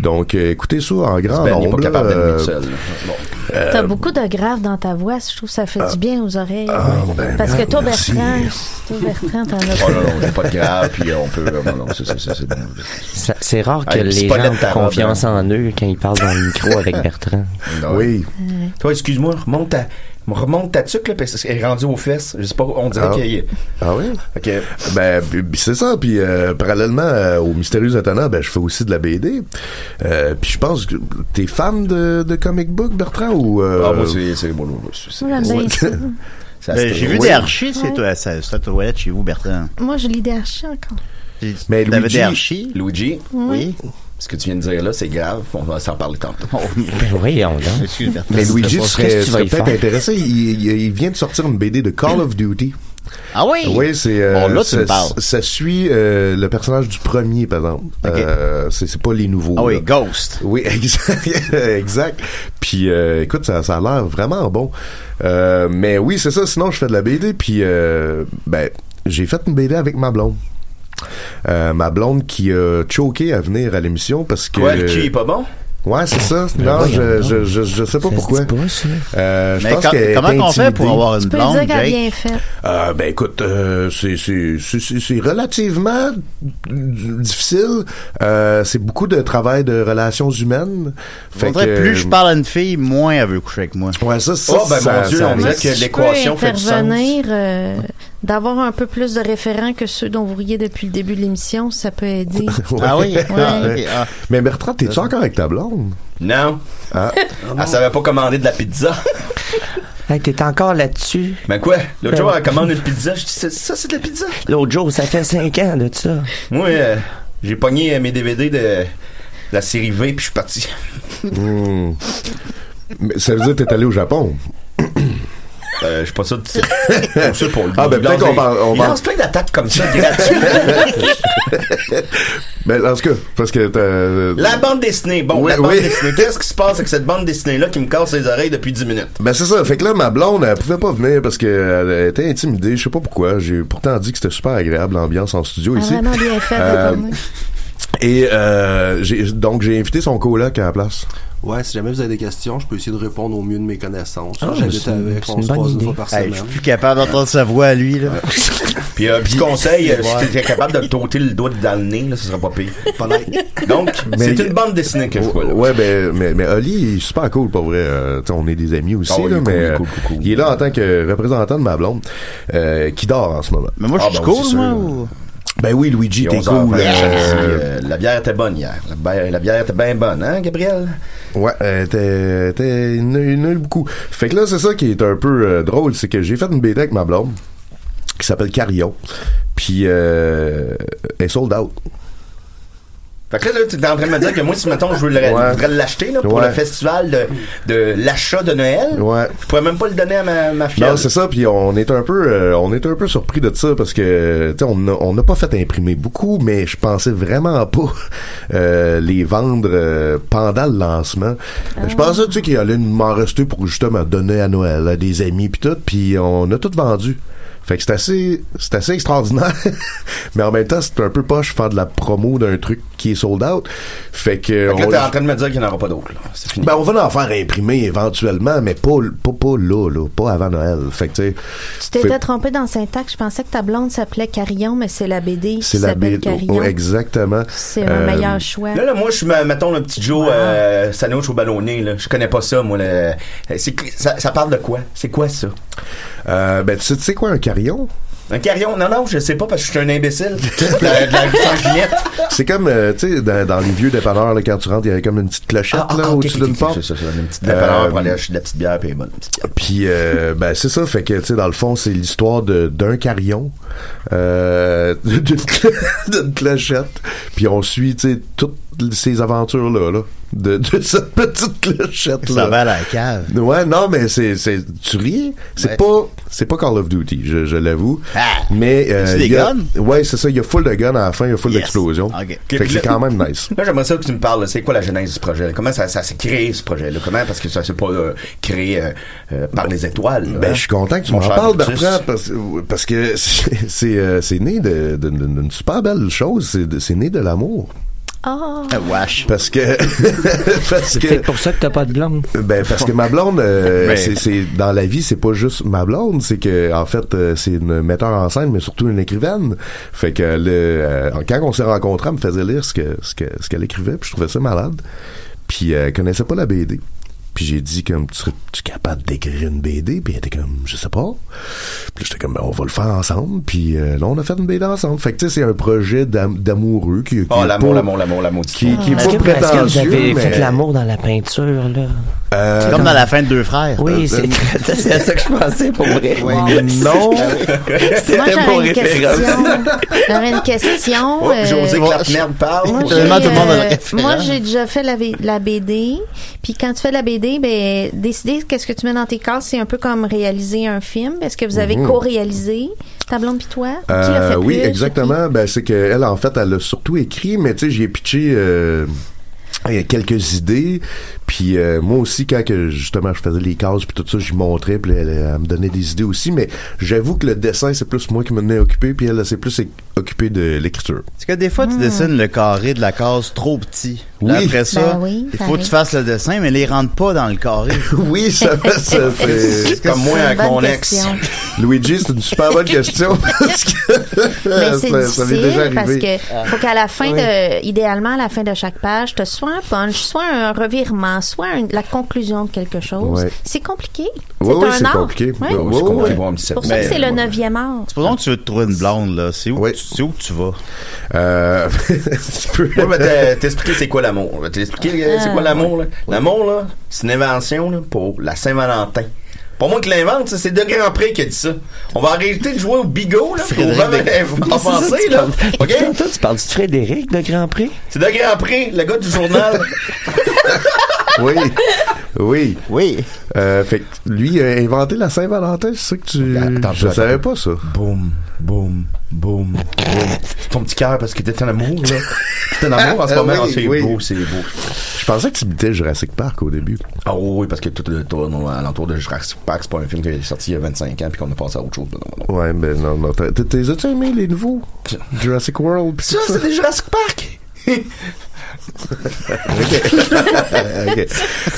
donc, euh, écoutez ça en grand
Ben, il est
nombre.
pas capable
là,
d'être
euh,
seul. là. Bon.
T'as beaucoup de graves dans ta voix, je trouve que ça fait du bien aux oreilles.
ben,
Parce que toi,
merci.
Bertrand, toi, Bertrand, t'en as
Oh non, non, j'ai pas de grave, puis euh, on peut. euh, Non, non, c'est- c'est- c'est- c'est-
Ça- C'est rare que
Hey, c'est
les
pas
gens
de ta
ont
robe,
confiance en eux quand ils parlent dans le micro avec Bertrand.
non, ouais.
oui.
Toi, excuse-moi, remonte ta, remonte ta tuque, là, parce qu'elle est rendue aux fesses. Je sais pas, on dirait
Ah.
qu'il y a.
Ah oui?
Ok.
Ben, puis- puis c'est ça. Puis, euh, parallèlement euh, aux Mystérieux Étonnants, ben, je fais aussi de la BD. Euh, puis, je pense que t'es fan de, de comic book, Bertrand, ou... euh,
Ah, moi, c'est. c'est- bon, c'est- c'est-
Moi, j'aime bien
ouais.
ça.
c'est
Ben,
assez-
J'ai vu
oui.
des archis, c'est
Ouais.
toi, ça- ça toilette chez vous, Bertrand.
Moi, je lis des archis encore.
J'ai-
Mais
T'avais
Luigi-
des archis?
Luigi,
Oui.
ce que tu viens de dire là, c'est grave. On va s'en parler tantôt.
Ben voyons donc.
Excuse, Bertrand.
Mais Luigi, tu
Qu'est-ce
serais,
que tu
tu
vas
serais
y
peut-être
faire?
intéressé. Il, il- il vient de sortir une BD de Call of Duty.
Ah oui?
Oui, c'est. euh,
Bon, là, tu
ça,
me parles.
Ça suit euh, le personnage du premier, par exemple. Euh, c'est c'est pas les nouveaux.
Ah
là.
oui, Ghost.
Oui, exact. exact. Puis euh, écoute, ça, ça a l'air vraiment bon. Euh, mais oui, c'est ça. Sinon, je fais de la BD. Puis euh, ben, j'ai fait une BD avec ma blonde. Euh, ma blonde qui a choqué à venir à l'émission parce que.
Quoi, le cul est pas bon?
Ouais, c'est ça.
Ben
Non, je, je, je, je sais pas
Ça se
pourquoi.
dit pas, ça.
Euh, je
Mais
pense
quand-
qu'elle est
comment on fait pour
intimidée.
avoir une
Tu peux lui
blonde,
dire qu'elle a
Jake?
bien fait.
Euh, ben écoute, euh, c'est c'est- c'est- c'est- c'est relativement d- difficile. Euh, c'est beaucoup de travail de relations humaines.
On dirait
que-
plus je parle à une fille, moins elle veut coucher avec moi.
Ouais, ça, ça,
Oh, ben,
ça-
mon Dieu,
ça
on dirait
reste-
que l'équation fait du sens.
intervenir, euh, d'avoir un peu plus de référents que ceux dont vous riez depuis le début de l'émission, ça peut aider.
Ah oui? Ah,
Ouais.
ok, ah.
Mais Bertrand, t'es-tu encore avec ta blonde?
Non.
Ah.
Elle savait pas commander de la pizza.
Hey, t'es encore là-dessus. Euh.
Mais quoi? L'autre jour, elle commande une pizza. Je dis, c'est- ça, c'est de la pizza?
L'autre jour, ça fait cinq ans de ça.
Moi, euh, j'ai pogné euh, mes DVD de la série V, puis je suis parti.
Mais ça veut dire que t'es allé au Japon.
Euh, je suis pas sûr de Pour ça, pour lui.
Ah, ben,
Il
peut-être
lance
qu'on
des-
parle- on
Il
parle-
lance plein d'attaques comme ça, gratuites.
Ben, en tout cas, parce que t'as.
la bande dessinée. Bon,
Oui,
la bande
oui.
dessinée. Qu'est-ce qui se passe avec cette bande dessinée-là qui me casse les oreilles depuis 10 minutes?
Ben c'est ça, fait que là ma blonde elle pouvait pas venir parce qu'elle était intimidée, je sais pas pourquoi, j'ai pourtant dit que c'était super agréable l'ambiance en studio
Ah,
ici.
vraiment bien fait,
Euh,
vraiment.
et euh, j'ai- donc j'ai invité son coloc à la place.
Ouais, si jamais vous avez des questions, je peux essayer de répondre au mieux de mes connaissances.
Ah, mais
J'habite
c'est une-
avec,
c'est
on
une
se
bonne
croise une
idée.
fois par
Hey,
semaine.
je suis plus capable d'entendre sa voix à lui, là.
Puis, euh, petit conseil, euh,
Ouais.
si t'es capable de t'ôter le doigt dans le nez, là, ce sera pas pire. Donc, c'est une bande dessinée que je vois.
Ouais, ben, mais, mais Oli, il est super cool, pour vrai. Euh, tu sais, on est des amis aussi,
Ah ouais,
là,
il est cool,
mais
il est
euh,
cool,
il est là en tant que représentant de ma blonde, euh, qui dort en ce moment. Mais
moi, je suis cool, moi,
ou-
Ben oui, Luigi,
Puis
t'es
11 heures,
cool.
ben,
euh,
euh, la bière était bonne hier. La bière, la bière était bien bonne, hein, Gabriel?
Ouais, euh, t'es, t'es, il y en a- il y en a eu beaucoup. Fait que là, c'est ça qui est un peu euh, drôle, c'est que j'ai fait une BD avec ma blonde, qui s'appelle Carillon, puis euh, elle est sold out.
Fait que là, tu es en train de me dire que moi, si mettons, je veux le-
Ouais.
voudrais l'acheter là, pour
Ouais.
le festival de, de l'achat de Noël,
Ouais.
je pourrais même pas le donner à ma, ma fille.
Non, c'est ça. Puis on est un peu, euh, on est un peu surpris de ça parce que tu sais, on a- on n'a pas fait imprimer beaucoup, mais je pensais vraiment pas euh, les vendre euh, pendant le lancement. Je pensais tu sais qu'il allait m'en rester pour justement donner à Noël à des amis puis tout. Puis on a tout vendu. Fait que c'est assez, c'est assez extraordinaire, mais en même temps c'est un peu poche faire de la promo d'un truc qui est sold out. Fait que,
Fait que là,
on-
t'es en train de me dire qu'il n'y en aura pas d'autres. là. C'est fini.
ben, on va en faire imprimer éventuellement, mais pas, pas, pas là, là, pas avant Noël. Fait que, tu
Tu
sais,
t'étais
fait-
trompé dans syntaxe. Je pensais que ta blonde s'appelait Carillon, mais c'est la BD qui
C'est la oh,
s'appelle
bête.
Carillon.
exactement.
C'est un
Euh,
meilleur choix.
Là, là, moi, je suis, mettons, un petit Joe euh, Sanoche au ballonné. Là. Je connais pas ça, moi. là. C'est- ça, ça parle de quoi? C'est quoi ça?
euh, ben, tu sais, tu sais quoi, un carillon?
Un carillon? Non, non, je sais pas parce que je suis un imbécile. de la, de la sanguinette.
C'est comme, euh, tu sais, dans, dans les vieux dépanneurs, là, quand tu rentres, il y avait comme une petite clochette là, au-dessus d'une porte.
C'est ça, c'est une petite
Euh,
dépanneur pour aller acheter de la petite bière puis elle est bonne. petite bière.
Puis, euh, ben, c'est ça. Fait que, tu sais, dans le fond, c'est l'histoire de- d'un carillon, euh, d'une cl- d'une clochette. Puis, on suit, tu sais, toutes ces aventures-là, là, de, de cette petite clochette-là.
Ça va à la cave.
Euh, Ouais, non, mais c'est, c'est, tu ris. C'est
Ouais.
pas, c'est pas Call of Duty, je, je l'avoue. mais, euh,
C'est des
il y a-
guns?
Ouais, c'est ça. Il y a full de guns à la fin, il y a full d'explosions. Fait que
Puis
c'est
là-
quand même nice.
Là, j'aimerais ça que tu me parles. là, C'est quoi la genèse du projet? là? Comment ça, ça s'est créé, ce projet-là? Comment? Parce que ça s'est pas euh, créé euh, euh, par les étoiles. là,
Ben,
hein?
je suis content que tu
Mon
m'en
cher
parles,
Brutus.
Bertrand, parce, parce que c'est, c'est, euh, c'est né de, de- de- d'une super belle chose. C'est, de- c'est né de l'amour.
Ah.
Wesh. Parce que. parce que.
C'est pour ça que t'as pas de blonde.
Ben, parce que ma blonde, euh,
Mais-
c'est, c'est- dans la vie, c'est pas juste ma blonde, c'est que en fait, euh, c'est une metteur en scène, mais surtout une écrivaine. Fait que le, euh, quand on s'est rencontrés, elle me faisait lire ce que ce que ce qu'elle écrivait, puis je trouvais ça malade. Puis euh, elle connaissait pas la BD. Puis j'ai dit comme tu tu capable d'écrire une BD, puis elle était comme je sais pas. Puis j'étais comme ben, on va le faire ensemble, puis euh, là on a fait une BD ensemble. Fait que tu sais c'est un projet d'am- d'amoureux qui, qui
Oh,
est
l'amour,
pas-
l'amour, l'amour, l'amour.
qui qui est pas
Est-ce que, est-ce que vous
prétentieux,
avez
mais-
fait l'amour dans la peinture, là?
Euh,
C'est comme dans la fin de Deux Frères.
Oui, c'est c'est à ça que je pensais, pour vrai.
Non.
Moi,
C'était
j'aurais une question. J'aurais une question.
Oh,
euh,
José Clapmerde parle.
Moi, j'ai,
Tellement tout le monde a le
euh,
référent.
moi, j'ai déjà fait la, V- la BD. Puis quand tu fais la BD, ben, décider qu'est-ce que tu mets dans tes cases, c'est un peu comme réaliser un film. Est-ce que vous avez
Mhm.
co-réalisé ta blonde puis toi? Qui l'a
Euh,
fait
oui,
plus?
exactement. Ben, c'est qu'elle, en fait, elle a surtout écrit, mais tu sais, j'y ai pitché euh, euh, quelques idées. Puis euh, moi aussi, quand que, justement je faisais les cases puis tout ça, j'y montrais, puis elle, elle me donnait des idées aussi. Mais j'avoue que le dessin, c'est plus moi qui me tenais occupé, puis elle, elle s'est plus é- occupée de l'écriture.
Parce que des fois,
Ah.
tu dessines le carré de la case trop petit.
Oui.
Là, après ça,
Ben oui,
il faut
pareil.
que tu fasses le dessin, mais là, il rentre pas dans le carré.
oui, ça fait ça. fait-
Comme moi
avec bonne mon ex. question.
Luigi, c'est une super bonne question. parce que
Mais c'est
ça- Ah, ça m'est déjà
difficile
arrivé.
parce
Ah.
que faut qu'à la fin
Oui.
de, idéalement, à la fin de chaque page, tu as soit un punch, soit un revirement, soit un- la conclusion de quelque chose.
Ouais.
C'est compliqué.
Oui, oui,
un
c'est
art.
compliqué.
Ben,
Ouais.
Oui, oui, c'est compliqué de voir un petit
C'est pour
set.
ça que
Mais-
c'est le neuvième art.
Supposons que tu veux te trouver une blonde, là. C'est où, tu- c'est où que tu vas?
Euh, tu peux.
Moi, je vais te- t'expliquer c'est quoi l'amour. Je vais t'expliquer euh, c'est quoi
Ah.
l'amour. là. L'amour, là, c'est une invention là, pour la Saint-Valentin. Pas moi qui l'invente, ça, c'est De Grand Pré qui a dit ça. On va arrêter de jouer au bigot, là, pour
Frédéric
vraiment
de- C'est ça,
avancer,
tu
là.
parles-
OK?
Toi, tu parles du Frédéric de Grand Prix?
C'est De Grand Pré, le gars du journal.
oui. Oui. Oui. fait que lui, il a inventé la Saint-Valentin, c'est ça que tu. je savais pas ça.
Boum, boum, boum, boum. C'est ton petit cœur parce qu'il était en amour, là. T'es en amour en ce
Ah,
moment,
oui,
Ah, c'est
oui.
beau, c'est beau.
Je pensais que tu imitais Jurassic Park au début.
Ah oui, oui, parce que tout le tour alentour de Jurassic Park, c'est pas un film qui est sorti il y a 25 ans puis qu'on a passé à autre chose.
Ouais, ben non, non. T'as- t'as- T'es as-tu aimé les nouveaux Jurassic World? pis
Ça,
tout
c'est des Jurassic Park!
Ok.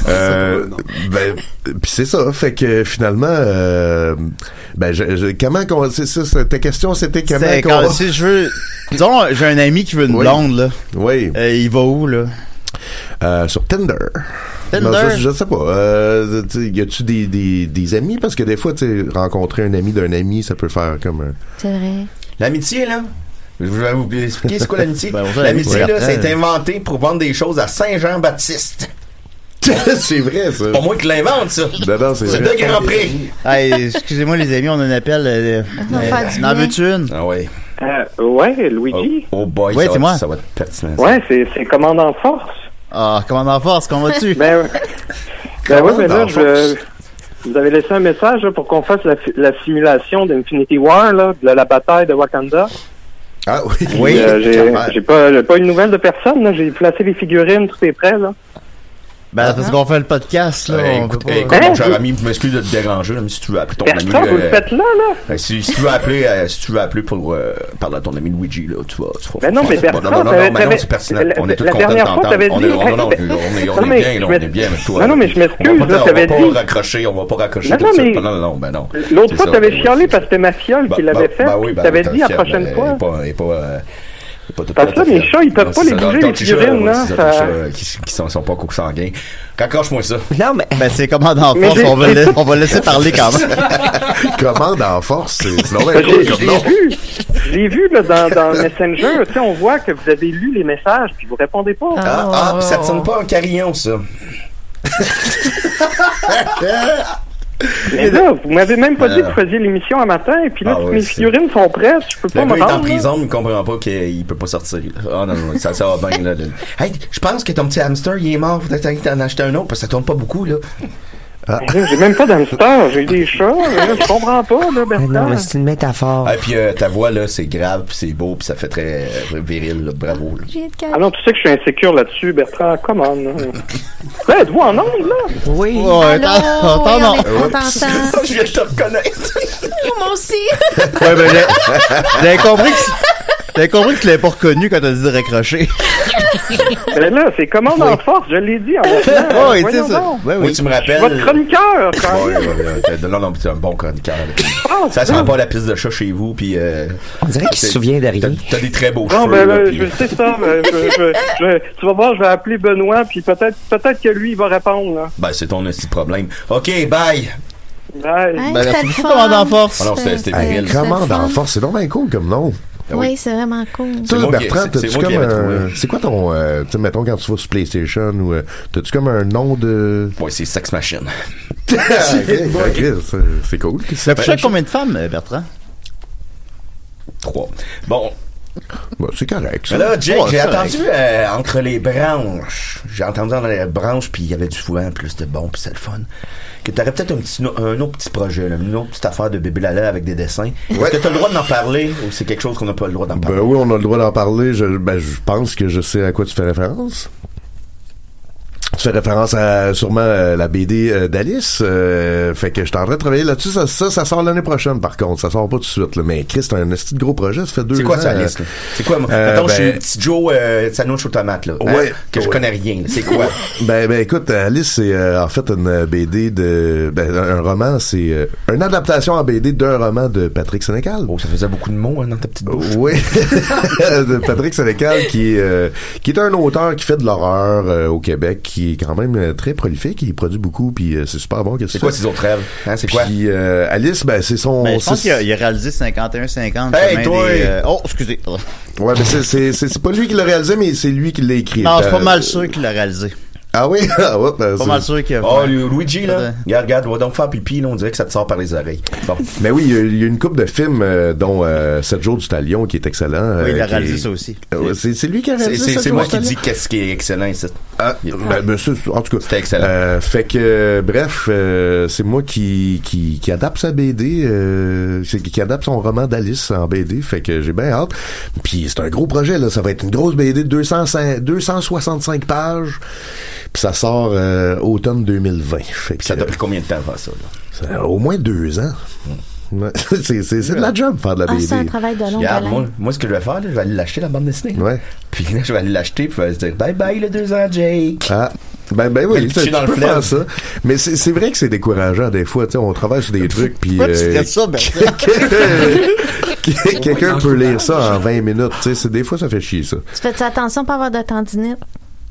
Euh, ben, puis c'est ça. Fait que finalement, euh, ben, je, je- comment qu'on. c'est ça, c'est- ta question, c'était comment
C'est
qu'on.
quand- si je veux. Disons, j'ai un ami qui veut une
Oui.
blonde, là. Euh,
Oui. euh,
il va où, là?
sur Tinder.
Tinder?
Non, je, je sais pas. Euh, tu sais, y a-tu des, des, des amis? Parce que des fois, tu sais, rencontrer un ami d'un ami, ça peut faire comme un.
C'est vrai.
L'amitié, là. Je vais vous expliquer c'est quoi l'amitié.
Ben, on dirait
l'amitié,
l'amitié.
là, c'est
Ouais.
inventé pour vendre des choses à Saint-Jean-Baptiste.
c'est vrai, ça.
Pas moi qui l'invente, ça.
Non, non,
C'est de Grand Prix.
Hey, excusez-moi, les amis, on a un appel. euh,
Non,
euh,
faites du
en
bien.
veux-tu une?
Ah oui.
Euh, ouais, Luigi.
Oh, boy,
Oui,
ça, va,
c'est moi.
ça va être pertinent. ça.
Ouais, c'est c'est commandant force.
Ah, comment en force, comment vas-tu?
ben, Ben oui, mais là,
Commandant
je, vous avez laissé un message là, pour qu'on fasse la, fi- la simulation d'Infinity War, là, de la bataille de Wakanda.
Ah oui.
Puis, euh, j'ai- j'ai pas, j'ai pas une nouvelle de personne. là. J'ai placé les figurines, tout est prêt. Là.
Ben, parce qu'on fait le podcast, là.
Eh,
on
écoute,
peut pas-
eh, écoute, mon cher ami, je m'excuse de te déranger, là, mais si tu veux
Ben,
appeler ton
Personne,
ami.
Ben,
euh,
vous le faites là, là.
ben, si, si tu veux appeler, euh, si tu veux appeler pour euh, parler à ton ami Luigi, là, tu vas. Tu vas
Ben non, mais Bertrand,
Non, non, non,
t'avais-
mais non,
t'avais-
c'est personnel.
la-
On est tous
la
contents de
dernière fois,
t'entendre.
t'avais
On
dit-
est, on, non, non, on est- on est, on
Non,
est
mais
bien,
je
là, on
m'ex-
est bien avec toi.
Non, non, mais je m'excuse,
On va
là,
pas, on va
t'avais
pas
dit-
raccrocher, on va pas raccrocher.
Non,
tout
non,
de suite.
mais-
Non, non, non, ben non.
L'autre
C'est
fois,
ça,
t'avais
ben,
chialé parce que c'était ma fiole qui
ben,
l'avait
ben,
fait.
ben oui, ben
t'avais
oui,
dit la
t'as-
prochaine
elle
fois.
est pas- elle est pas, euh, elle est pas toute
Parce que
prête,
là, mes
elle.
chats, ils peuvent
Non,
pas
c'est
les
ça,
bouger,
ton
les
petit chat,
figurines,
ouais,
hein,
c'est ça, ton
ça-
chat, Qui qui sont sont pas consanguins. Raccroche-moi ça.
Non, mais. Ben, c'est commande en
Mais
force,
j'ai-
on va,
j'ai
la-
tout-
on va laisser parler quand même.
Commande en force, c'est. Non,
Ben,
ben,
j'ai-
cool,
je
comme
l'ai
nom.
vu, je l'ai vu là, dans, dans Messenger. Tu sais, on voit que vous avez lu les messages puis vous répondez pas.
Ah, ah, puis ça ne sonne pas un carillon, ça.
Mais là, Eh ben, vous m'avez même pas dit que
Ah.
vous faisiez l'émission un matin et puis là,
Ah
toutes
ouais,
mes
c'est-
figurines sont prêtes. Je peux pas
Le
me
gars est en
rendre. là.
prison, il ne comprend pas qu'il peut pas sortir. Ah non, non, ça, ça va bien. Là, Le- Hey, je pense que ton petit hamster, il est mort. Faut peut-être t'en acheter un autre, parce que ça tourne pas beaucoup, là.
J'ai même pas d'hamster, j'ai des chats. là, je comprends pas, là, ben. Bertrand.
Ah.
une métaphore. Et puis euh, ta voix, là, c'est grave, puis c'est beau, puis ça fait très euh, viril, là. bravo. là.
Ah non, tu sais que je suis insécure là-dessus, Bertrand. Come on. là. Ben, êtes-vous en onde, là?
Oui.
Allô, oui, on est- on t'entend.
Je viens de te reconnaître.
Moi aussi.
Ouais, ben, j'ai- j'avais compris que. J'avais compris que tu l'avais pas reconnu quand t'as dit de raccrocher.
Mais Ben, là, c'est commande en force, je l'ai dit en
Ah,
Oh, et tu sais,
Voyons
ça-
donc.
ouais, oui.
Oui, tu me rappelles.
Votre chroniqueur, quand
Ouais,
même.
ouais, ouais, t'es- non, non, mais t'es un bon chroniqueur. là. ça sent pas la piste de chat chez vous, puis. On dirait qu'il se souvient de rien. T'as des très beaux
Non,
cheveux.
ben
là,
là,
puis-
je sais ça. mais je- je- je- tu vas voir, je vais appeler Benoît, puis peut-être peut-être que lui, il va répondre. Là.
Ben, c'est ton petit problème. OK, bye.
Bye.
Hey,
Ben,
c'était
merci
le
beaucoup,
fun.
Commandant Force. Ah non, c'était- c'était
Hey,
viril.
c'était le
Commande
fun.
en force, c'est normal cool comme nom.
Ah Oui, c'est vraiment cool.
Toi,
moi qui-
Bertrand,
c'est-
t'as-tu
c'est moi qui
comme
l'avais
un.
trouvé.
C'est quoi ton. euh, tu sais, mettons, quand tu vas sur PlayStation ou. euh, T'as-tu comme un nom de.
Ouais, c'est Sex Machine.
Ok, c'est- c'est cool. Ben,
Ça touche à combien de femmes, euh, Bertrand?
Trois. Bon.
Bah, c'est correct. ça.
Ben
Mais Là, Jake,
Ouais,
j'ai
c'est correct.
entendu euh, entre les branches. J'ai entendu entre les branches, puis il y avait du foin, puis là, c'était bon, puis c'était le fun. Que t'aurais peut-être un, petit, un autre petit projet, là, une autre petite affaire de bébé Lala avec des dessins. Est-ce que t'as le droit d'en parler ou c'est quelque chose qu'on n'a pas le droit d'en parler?
Ben oui, on a le droit d'en parler. Je, ben, je pense que je sais à quoi tu fais référence. Tu fais référence à sûrement euh, la BD euh, d'Alice. euh, fait que je suis en train de travailler là-dessus. Ça, ça, ça sort l'année prochaine, par contre. Ça sort pas tout de suite. là. Mais Chris, c'est un esti de gros projet. Ça fait deux
C'est quoi
ans,
ça,
euh,
Alice? là? C'est quoi? moi?
euh,
Mettons, je suis
ben,
le petit Joe euh, sandwich aux tomates, là. hein,
Ouais,
que je
ouais.
connais rien. là. C'est quoi?
Ben, ben écoute, Alice, c'est euh, en fait une euh, BD de. Ben, un roman, c'est euh, une adaptation en BD d'un roman de Patrick Sénécal.
Oh, ça faisait beaucoup de mots hein, dans ta petite bouche.
Oui, de Patrick Sénécal, qui est, euh, qui est un auteur qui fait de l'horreur euh, au Québec, qui est quand même euh, très prolifique, il produit beaucoup, puis euh, c'est super bon.
C'est quoi ses autres rêves? Hein, c'est quoi?
Puis euh, Alice, ben, c'est son.
Ben, je pense
c'est-
qu'il a, il a réalisé 51-50.
Hey,
chemin
toi!
des, euh, Oh, excusez.
ben, Ouais, mais c'est- c'est c'est- c'est pas lui qui l'a réalisé, mais c'est lui qui l'a écrit.
Non, je suis pas
Euh,
mal sûr qu'il l'a réalisé.
Ah oui? Ah ouais, ben,
Pas
c'est-
mal sûr qu'il y a. Oh, Luigi, là. Regarde, regarde, va donc faire pipi, là. On dirait que ça te sort par les oreilles. Bon.
Mais ben oui, il y a- il y a une coupe de films, euh, dont euh, 7 jours du Talion, qui est excellent.
Oui, il a
qui
réalisé
est-
ça aussi.
Euh, ouais, c'est c'est lui qui a réalisé
C'est-
ça.
c'est- C'est moi qui dis qu'est-ce qui est excellent ici.
Ah, ben, ben, ça, en tout cas. C'était excellent. fait que, euh, bref, euh, c'est moi qui, qui, qui adapte sa BD, euh, c'est- qui adapte son roman d'Alice en BD, fait que j'ai bien hâte. Puis c'est un gros projet, là. Ça va être une grosse BD de 200 265 pages, puis ça sort euh, automne 2020. Fait que,
Ça t'a pris combien de temps à faire ça, là?
ça a au moins deux ans. Ouais. c'est c'est- c'est de la job faire de la
Ah,
BD.
c'est un travail de longue
Regarde,
haleine.
moi, moi, ce que je vais faire, là, je vais aller l'acheter, la bande dessinée. Puis là, je vais aller l'acheter, puis je vais se dire bye bye, le deux ans, Jake.
Ah, ben, ben
Le
oui, tu,
pitcher dans
tu
le
peux
fleuve.
faire ça. Mais c'est c'est vrai que c'est décourageant des fois. tu sais, on travaille sur des trucs, puis
Pourquoi tu
euh,
fais ça, Bertrand?
que- quelqu'un peut lire ça en 20 minutes. tu sais, c'est- Des fois, ça fait chier, ça.
Tu fais attention pour avoir de tendinite?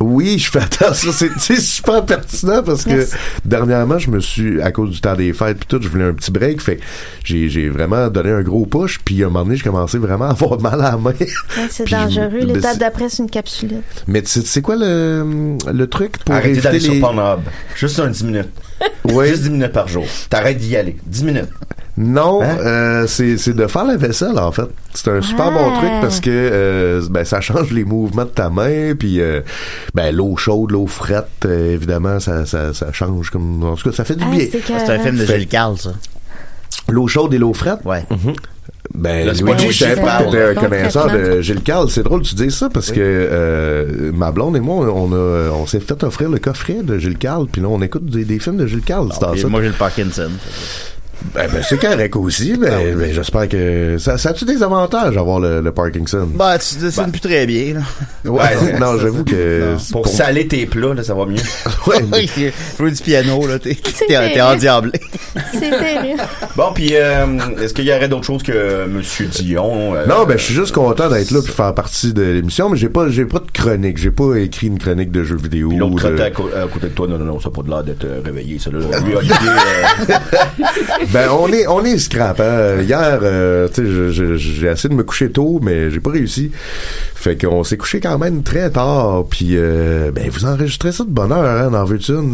Oui, je fais attention. C'est c'est super pertinent parce que
Merci.
dernièrement, je me suis, à cause du temps des fêtes puis tout, je voulais un petit break. Fait que j'ai j'ai vraiment donné un gros push. Puis à un moment donné, j'ai commencé vraiment à avoir mal à la main.
Ouais, c'est
Puis je-
dangereux.
ben,
L'étape
c'est-
d'après, c'est une capsulite.
Mais tu sais- tu sais quoi le, le truc pour
Arrêtez
éviter
d'aller
les...
sur Pornhub. Juste un 10 minutes. Juste 10 minutes par jour. T'arrêtes d'y aller. 10 minutes.
Non, euh, c'est c'est de faire la vaisselle en fait. C'est un super bon
Ah.
truc parce que euh, ben ça change les mouvements de ta main puis euh, ben l'eau chaude, l'eau frette euh, évidemment ça, ça ça change comme en tout cas ça fait du
Ah,
bien.
c'est écœurant. C'est un film de Gilles
Carle ça. L'eau chaude et l'eau frette Ouais. Ben,
Là,
Luigi,
c'est pas nous
je savais
qui
pas que
parle.
t'étais un
Concrètement.
connaisseur de Gilles Carle. C'est drôle que tu dises ça parce que euh, ma blonde et moi, on, a- on s'est fait offrir le coffret de Gilles Carle, puis là, on écoute des, des films de Gilles Carle. c'est dans
Et
ça.
moi, j'ai le Parkinson.
Ben, ben, c'est correct aussi, mais j'espère que. Ça, ça a-tu des avantages avoir le, le Parkinson?
Bah, tu dessines plus très bien, là.
Ouais, non, j'avoue que. c'est
Pour saler tes plats, là, ça va mieux.
ouais. Jouer du piano, là, t'es t'es- t'es
terrible.
endiablé.
C'est terrible.
Bon, puis euh, est-ce qu'il y aurait d'autres choses que euh, Monsieur Dion euh,
Non, ben je suis juste content d'être là puis faire partie de l'émission, mais j'ai pas j'ai pas de chronique, j'ai pas écrit une chronique de jeux vidéo.
Puis l'autre
ou de-
crotté à, co- à côté de toi, non, non, non, ça n'a pas de l'air d'être euh, réveillé, ça, là. Lui, Olivier, euh,
ben on est on est scrap. hein. Hier, euh, tu sais, je- je- j'ai essayé de me coucher tôt, mais j'ai pas réussi. Fait qu'on s'est couché quand même très tard. Puis euh, ben vous enregistrez ça de bonne heure, hein, dans veux C'est
Non, non,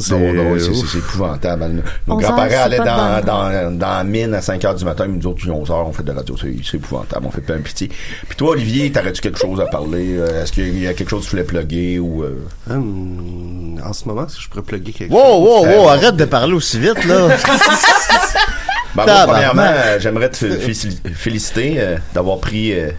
c'est- c'est- c'est épouvantable. hein. Nos
11 heures,
grands-parents allaient
c'est pas
dans,
de
dans, dans la mine à 5 h du matin, mais nous autres, il est 11 h, on fait de la radio. C'est c'est épouvantable, on fait plein de pitié. Puis toi, Olivier, t'aurais-tu quelque chose à parler? Euh, Est-ce qu'il y a quelque chose que tu voulais plugger ou. euh?
Hum, en ce moment, si je pourrais plugger quelque
Wow,
chose. Euh,
wow, wow,
arrête de parler aussi vite, là.
Ben, moi,
Tabarnak.
premièrement, euh, j'aimerais te félici- féliciter euh, d'avoir pris. euh,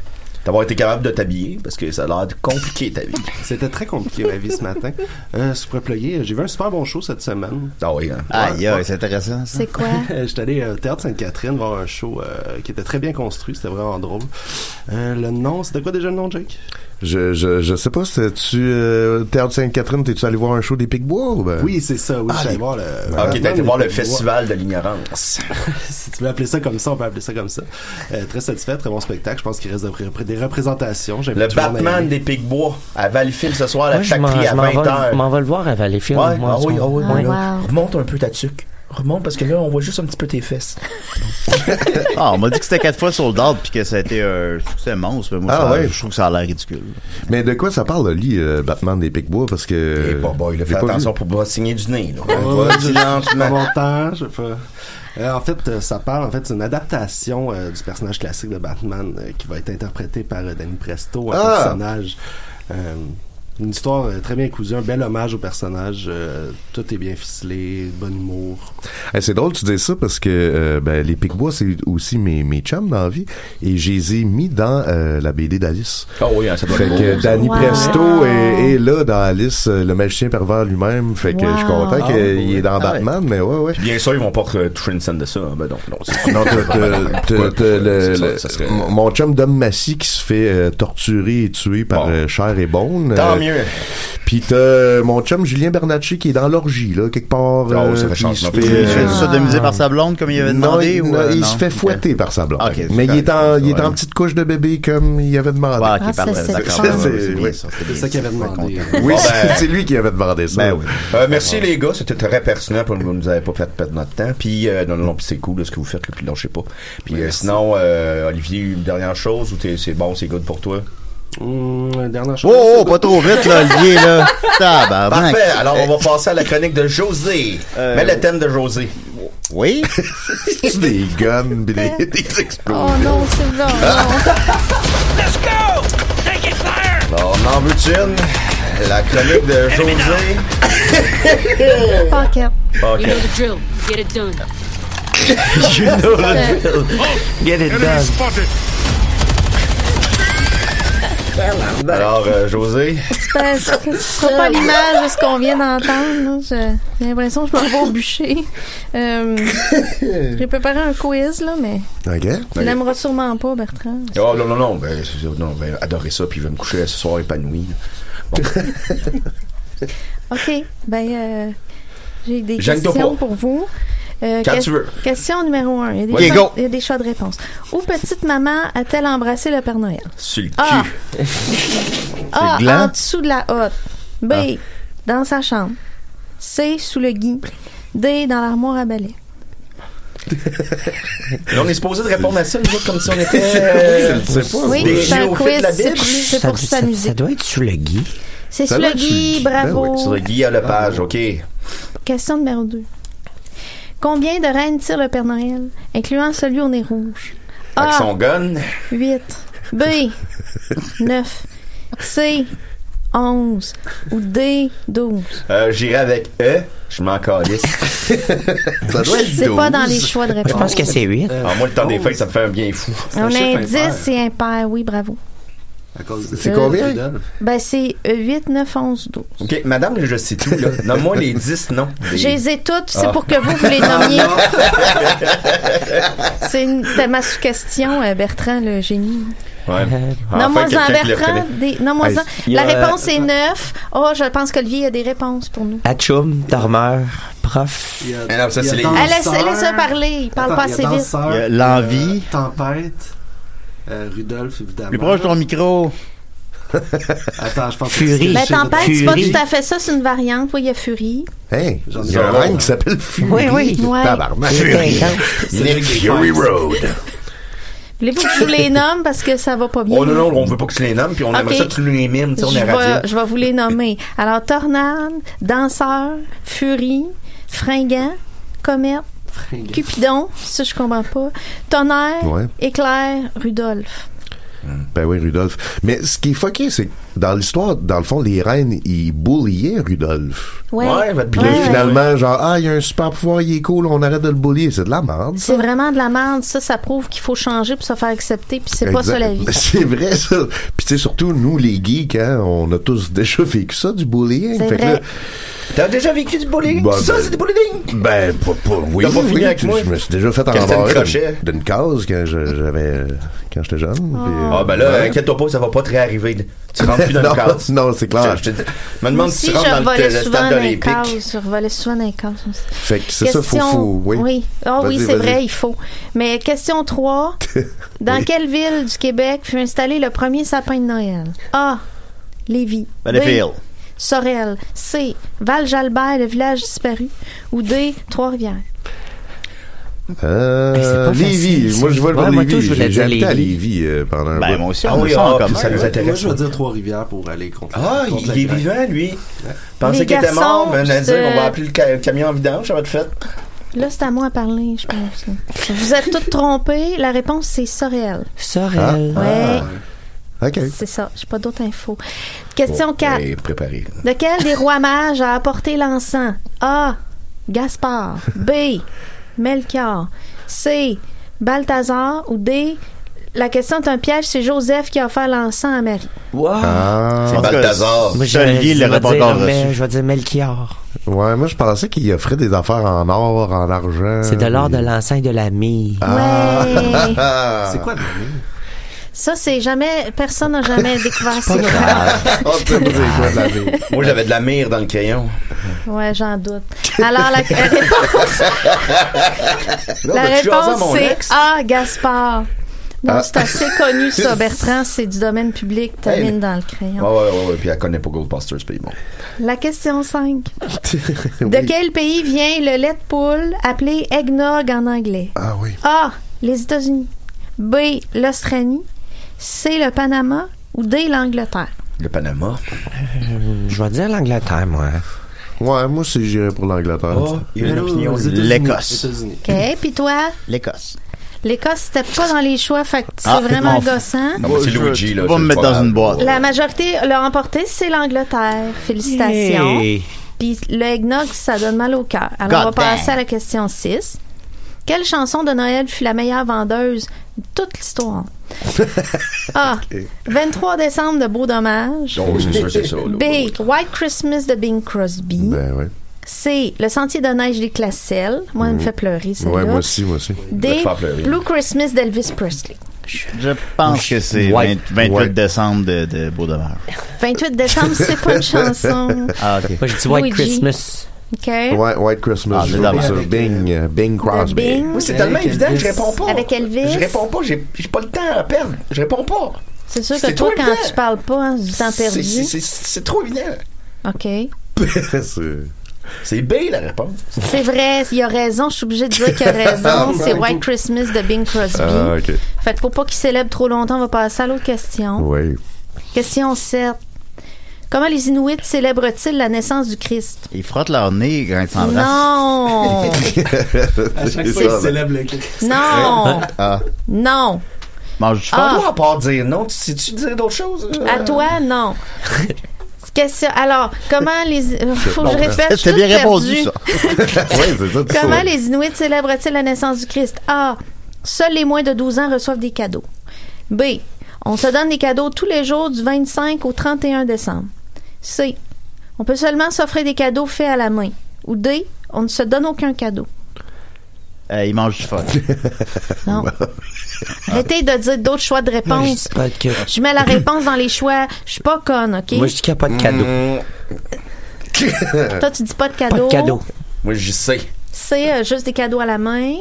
d'avoir été capable de t'habiller, parce que ça a l'air de compliqué ta vie.
C'était très compliqué ma vie ce matin. Euh, si je pourrais plugger, euh, j'ai vu un super bon show cette semaine.
Ah oui,
Aïe, aïe, c'est intéressant, ça.
C'est quoi? J'étais allé euh, au Théâtre Sainte-Catherine voir un show euh, qui était très bien construit, c'était vraiment drôle. Euh, le nom, c'était quoi déjà le nom, Jake?
Je, je, je sais pas, tu Théâtre Sainte-Catherine, t'es-tu allé voir un show des Picbois ou ben?
Oui, c'est ça, oui,
Ah,
j'allais
les-
voir le...
Ah, ok,
t'as été voir le Festival de l'ignorance.
si tu veux appeler ça comme ça, on peut appeler ça comme ça. Euh, très satisfait, très bon spectacle, je pense qu'il reste de- des représentations.
Le Batman des Picbois à Valleyfield ce soir à la
Moi, je m'en-
factory
je
à
m'en vais-
20h.
je m'en
vais le voir à Valleyfield,
Ouais,
moi,
ah
en
oui,
ce
ah oui,
moment.
oui,
Ah,
oui.
wow.
Remonte un peu ta tuque. Remonte parce que là, on voit juste un petit peu tes fesses.
Ah, on m'a dit que c'était quatre fois sold out puis que ça a été un succès monstre. mais Moi,
Ah
ça-
ouais.
je trouve que ça a l'air ridicule.
Mais de quoi ça parle, lui, euh, Batman des Picbois? Parce que.
bon, bon, il a
Euh, j'ai
fait
pas
attention
vu.
pour pas signer du nez. Là.
Ouais,
On va
ouais, je-
lentement.
je- montage, je sais pas. Euh, en fait, euh, ça parle, en fait, c'est une adaptation euh, du personnage classique de Batman euh, qui va être interprété par euh, Danny Presto, un
Ah!
personnage. euh, une histoire euh, très bien cousue, un bel hommage au personnage. euh, tout est bien ficelé, bon humour.
Eh, c'est drôle que tu dis ça parce que euh, ben, les Picbois, c'est aussi mes, mes chums dans la vie. Et je les ai mis dans euh, la BD d'Alice.
Ah oui, hein, ça doit
Fait
être
que
beau.
Danny
Wow.
Presto est, est là dans Alice, euh, le magicien pervers lui-même. Fait que je suis
Wow.
content
Ah,
qu'il
oui.
est dans
Ah, ouais.
Batman, mais ouais, ouais.
Puis bien sûr, ils vont pas euh, toucher une scène de ça. hein. Ben non, non. c'est-
Non, t'as-
Ben,
t'as- t'as-
pourquoi?
t'as le-
C'est ça,
le-
ça serait-
mon- mon chum Dom Massy qui se fait euh, torturer et tuer par euh, chair et bone.
Tant
Euh,
mieux.
Puis t'as euh, mon chum Julien Bernacci qui est dans l'orgie, là, quelque part.
Oh, ça fait
puis il
chance,
se
non,
fait,
plus.
euh,
Il se fait sodomiser par sa blonde comme il avait
Non,
demandé
il,
ou,
non,
euh,
il
non?
se fait fouetter par sa blonde.
Ah, ok, c'est
Mais il est, en, il est
correct.
en petite couche de bébé comme il avait demandé.
ok, Ah, ça, parfait, c'est d'accord.
C'est-
bon.
c'est-
C'est bien
oui.
ça,
C'est ça qu'il avait demandé.
Oui,
Bon,
c'est-
ben-
c'est ben lui qui avait demandé ça.
Ben
Euh, merci les gars, c'était très pertinent, pour vous nous avez pas fait perdre notre temps. Puis euh, non non non, puis c'est cool là, ce que vous faites, là, puis non je sais pas. Puis euh, sinon euh, Olivier, une dernière chose ou t'es- c'est bon, c'est good pour toi.
Hum, dernière chose.
Oh, oh, pas trop vite, là, Olivier, là.
Ben,
Tabarnak.
Parfait. Ben, Alors,
euh,
on va passer à la chronique de José. Mais le thème de José.
Oui.
C'est des guns pis des, des explosions.
Oh non, c'est bon.
Bon, on en veut une. La chronique de José.
Pocket.
Ok.
You know the drill. Get it done.
You know the drill. Get it
Hein?
done. Alors, euh, José.
Ben, ce ne sera pas l'image de ce qu'on vient d'entendre. là. Je- J'ai l'impression que je m'en vais au bûcher. Euh, J'ai préparé un quiz, là, mais
Ok.
tu l'aimeras sûrement pas, Bertrand.
Oh non, non, non. Ben, c'est sûr, non, ben, adorer ça, puis je vais me coucher ce soir épanoui. Bon.
OK. Ben, euh, j'ai des
Gêne-toi
questions
pas.
pour vous. Euh,
Quand
que-
tu veux.
Question numéro un. Il y a des,
Ouais.
choix,
Ok, go.
il y a des choix de réponse. Où petite maman a-t-elle embrassé le Père Noël?
Sur le cul.
Ah. A.
gland. Ah.
En dessous de la hotte. B. Dans sa chambre. C. Sous le gui. D. Dans l'armoire à balai.
Là, on est supposé de répondre à ça, nous autres, comme si on
Oui,
était.
je le sais pas.
Oui,
des
c'est un
géophiles de
quiz.
la
C'est
Bible.
pour, c'est pour s'amuser.
doit être sous le gui.
C'est
Ça
sous
doit
le
être sur le
gui,
gui.
bravo.
Ben Sur le Guy à
Ah.
Lepage, OK.
Question numéro 2. Combien de reines tire le Père Noël, incluant celui au nez rouge?
Avec
A.
son gun.
8. B. 9. C. 11. Ou D. 12.
Euh, J'irai avec E. Je m'en calisse. ça
C'est pas dans les choix de réponse.
Ah, moi, le temps des
Oh.
feuilles, ça me fait un bien fou.
On a 10 et impair. Oui, bravo.
C'est
Euh,
combien?
Ben, c'est 8, 9, 11, 12.
OK, madame, je sais tout, là. Nomme-moi les 10 noms. des-
Je les ai toutes, c'est
Ah.
pour que vous, vous les nommiez. C'est une- C'était ma sous-question, euh, Bertrand, le génie.
Ouais. Ah,
Non, moi,
quelqu'un qui le
Bertrand.
reconnaît.
Euh, Des... nomme-moi-en.
Hey, il y
La
a-
réponse
euh,
est 9. Oh, je pense qu'Olivier a des réponses pour nous.
Atchoum, dormeur, prof.
Ah non, ça, c'est les.
Ah, laissez- Laissez-le parler, il parle pas assez vite.
Il y a l'envie.
tempête. Euh, Rudolph, évidemment.
Plus proche de ton micro.
Attends, je pense
Furie.
que
Ben,
c'est-
tempête, c'est pas tout à fait ça, c'est une variante. Oui, il y a Fury.
Hey,
J'en ai
il y a un
un
règne
autre.
qui s'appelle Fury.
Oui, oui. Ouais.
Tabarnak.
C'est
Fury.
intense.
Nick Fury Road.
Voulez-vous que je vous les nomme parce que ça va pas bien?
Oh non, non, on veut pas que tu les nommes, puis on aimerait
Ok.
ça que tu nous les mimes, tu sais, on
je,
est
vais,
radio.
je vais vous les nommer. Alors, Tornade, Danseur, Furie, Fringant, Comète, Cupidon, ça je comprends pas, Tonnerre,
Ouais.
Éclair, Rudolph.
Ben oui, Rudolph. Mais ce qui est fucké, c'est que dans l'histoire, dans le fond, les reines, ils bulliaient Rudolph.
Ouais. Ouais, votre
Puis là,
bully.
finalement, genre, ah, il y a un super pouvoir, il est cool, on arrête de le bullier. C'est de la merde.
C'est vraiment de la merde, ça, ça prouve qu'il faut changer pour se faire accepter, puis c'est pas
Exact.
ça la vie.
C'est vrai, ça. Puis, tu sais, surtout, nous, les geeks, hein, on a tous déjà vécu ça, du bullying.
C'est
Fait que
vrai.
là,
T'as déjà vécu du bowling?
Bah,
ça,
ben-
c'est du bowling!
ben, pas, pas, oui,
T'as pas fini
oui,
avec
tu-
moi?
je me suis déjà fait
Capitaine
embarrer
Crochet.
d'une- d'une cause quand je- j'avais, euh, quand j'étais jeune. puis, euh,
Ah, ben là,
ouais.
inquiète-toi pas, ça va pas te réarriver. Tu rentres plus dans le
Non,
cadre.
Non, c'est clair.
Je, je te dis- je me demande si
si
tu rentres
je
dans le,
volais
le
souvent
stade
dans les
olympique.
cases, je volais souvent dans les cases. aussi.
Fait que c'est ça, faut,
Question-
faut, oui.
Ah oui,
Vas-y,
c'est
vas-y.
vrai, il faut. Mais question 3. Dans quelle ville du Québec fut installé le premier sapin de Noël? A. Lévis.
Ben,
Bonneville.
B. Sorel. C. Val-Jalbert, le village disparu. Ou D. Trois-Rivières.
Euh,
Hey, Eh, c'est pas
Lévis.
facile,
moi, je
ça.
vois
Ouais,
pour
moi, tout, je
Lévis.
voulais
J'ai-
dire
J'habitais à
Lévis.
Lévis euh, pendant un
Ben,
bout.
moi aussi, on a ça en commun.
nous intéresse.
Moi, je vais dire Trois-Rivières pour aller contre
Ah,
contre la
il est
grève.
vivant, lui.
Les
Pensais qu'il était
garçons,
mort, mais on a dit,
euh,
on va appeler le ca- camion en vidange, ça va être fait.
Là, c'est à moi à parler, je pense. Vous êtes toutes trompées. La réponse, c'est Sorel.
Sorel.
Ouais.
OK.
C'est ça. J'ai pas d'autres infos. Question 4.
Et préparé.
De quel des rois mages a apporté l'encens? A. Gaspard. B. Melchior. C. Balthazar. Ou D. La question est un piège, c'est Joseph qui a offert l'encens à Marie.
Ah,
C'est Balthazar.
Moi, je,
Olivier
je
l'aurait
vais
pas
dire,
encore
mais
reçu.
Je vais dire Melchior.
Ouais, moi, je pensais qu'il offrait des affaires en or, en argent.
C'est de l'or de l'enseigne de la mie.
Ah!
Ouais.
C'est quoi
Ça, c'est jamais. Personne n'a jamais découvert ça.
Ah, tu peux me dire quoi, de la mire? Moi, j'avais de la mire dans le crayon.
Ouais, j'en doute. Alors, la, euh, la réponse,
Non,
la
mais tu jasais à
réponse
mon
Oh, c'est ah.
ex.
A. Gaspard. Non,
Ah.
c'est assez connu, ça, Bertrand. C'est du domaine public. T'as
Hey,
mine
mais-
dans le crayon.
Ouais, ouais, ouais, ouais, puis elle connaît pas Ghostbusters, puis bon.
La question 5. De quel pays vient le lait de poule appelé eggnog en anglais?
Ah oui.
A. Les États-Unis. B. L'Australie. C. Le Panama. ou D, l'Angleterre?
Le Panama.
Euh, Je vais dire l'Angleterre, moi.
Ouais, moi aussi, j'irais pour l'Angleterre.
Oh, il y a une opinion.
L'Écosse.
OK, puis toi?
L'Écosse.
L'Écosse, c'était pas dans les choix, fait que c'est
Ah,
vraiment
mon f-
Hein?
gossant.
Non, mais c'est Luigi, là.
Tu vas me
c'est
mettre
pas
dans
grave.
une boîte.
La majorité l'a emporté, c'est l'Angleterre. Félicitations.
Yay.
Puis le eggnog, ça donne mal au cœur. Alors, on va
God
passer
damn.
à la question 6. Quelle chanson de Noël fut la meilleure vendeuse de toute l'histoire? A. 23 décembre de Beau Dommage.
Oh, c'est sûr, c'est ça, là.
B. White Christmas de Bing Crosby.
Ben ouais.
C. Le Sentier de neige des Classelles. Moi, elle me
Mm.
fait pleurer, celle-là.
Ouais, moi aussi, moi aussi.
D.
Ah,
Blue Christmas d'Elvis Presley.
Je pense que c'est
White.
20 28
White.
décembre de, de Beau Demeure.
28 décembre, c'est pas une chanson.
Ah, ok.
Moi, j'ai dit
White Luigi. Christmas. OK.
Ouais, White Christmas.
Ah,
je
mais
trouve
d'abord.
ça. Bing, euh, Bing Crosby.
Bing.
Oui, c'est tellement
Avec
évident que je
Elvis.
réponds pas.
Avec Elvis.
Je réponds pas, j'ai j'ai pas le temps à perdre. Je réponds pas.
C'est sûr que
C'est
toi,
trop
quand
évident.
tu parles pas, hein, c'est du temps
C'est-
perdu.
c'est- c'est- C'est trop évident.
OK.
C'est-
C'est B, la réponse.
C'est vrai, il a raison. Je suis obligée de dire qu'il a raison. C'est White Christmas de Bing Crosby.
Ah, ok.
Fait que pour pas qu'il célèbre trop longtemps, on va passer à l'autre question.
Ouais.
Question 7. Comment les Inuits célèbrent-ils la naissance du Christ?
Ils frottent leur nez quand ils s'embrassent.
Non!
à
chaque fois, ils célèbrent
le
Non!
Ah.
Non!
Mange du
Ah.
Toi, à part dire non, tu sais-tu dire d'autres choses? euh?
À toi, non. Question. Alors, comment les. Faut que je
Non,
répète. je suis
C'était bien
toute
répondu,
perdue.
ça.
ouais, c'est ça. tu
Comment
sais.
les Inuits célèbrent-ils la naissance du Christ? A. Seuls les moins de 12 ans reçoivent des cadeaux. B. On se donne des cadeaux tous les jours du 25 au 31 décembre. C. On peut seulement s'offrir des cadeaux faits à la main. Ou D. On ne se donne aucun cadeau.
Euh, ils mangent du fun.
Non. Arrêtez de dire d'autres choix de
Moi, je
réponse.
dis pas que.
Je mets la réponse dans les choix. Je suis pas conne, OK?
Moi, je dis qu'il n'y a pas de cadeau.
Toi, tu dis pas de
Pas
cadeau.
de cadeau.
Moi, je sais.
C'est euh, juste des cadeaux à la main.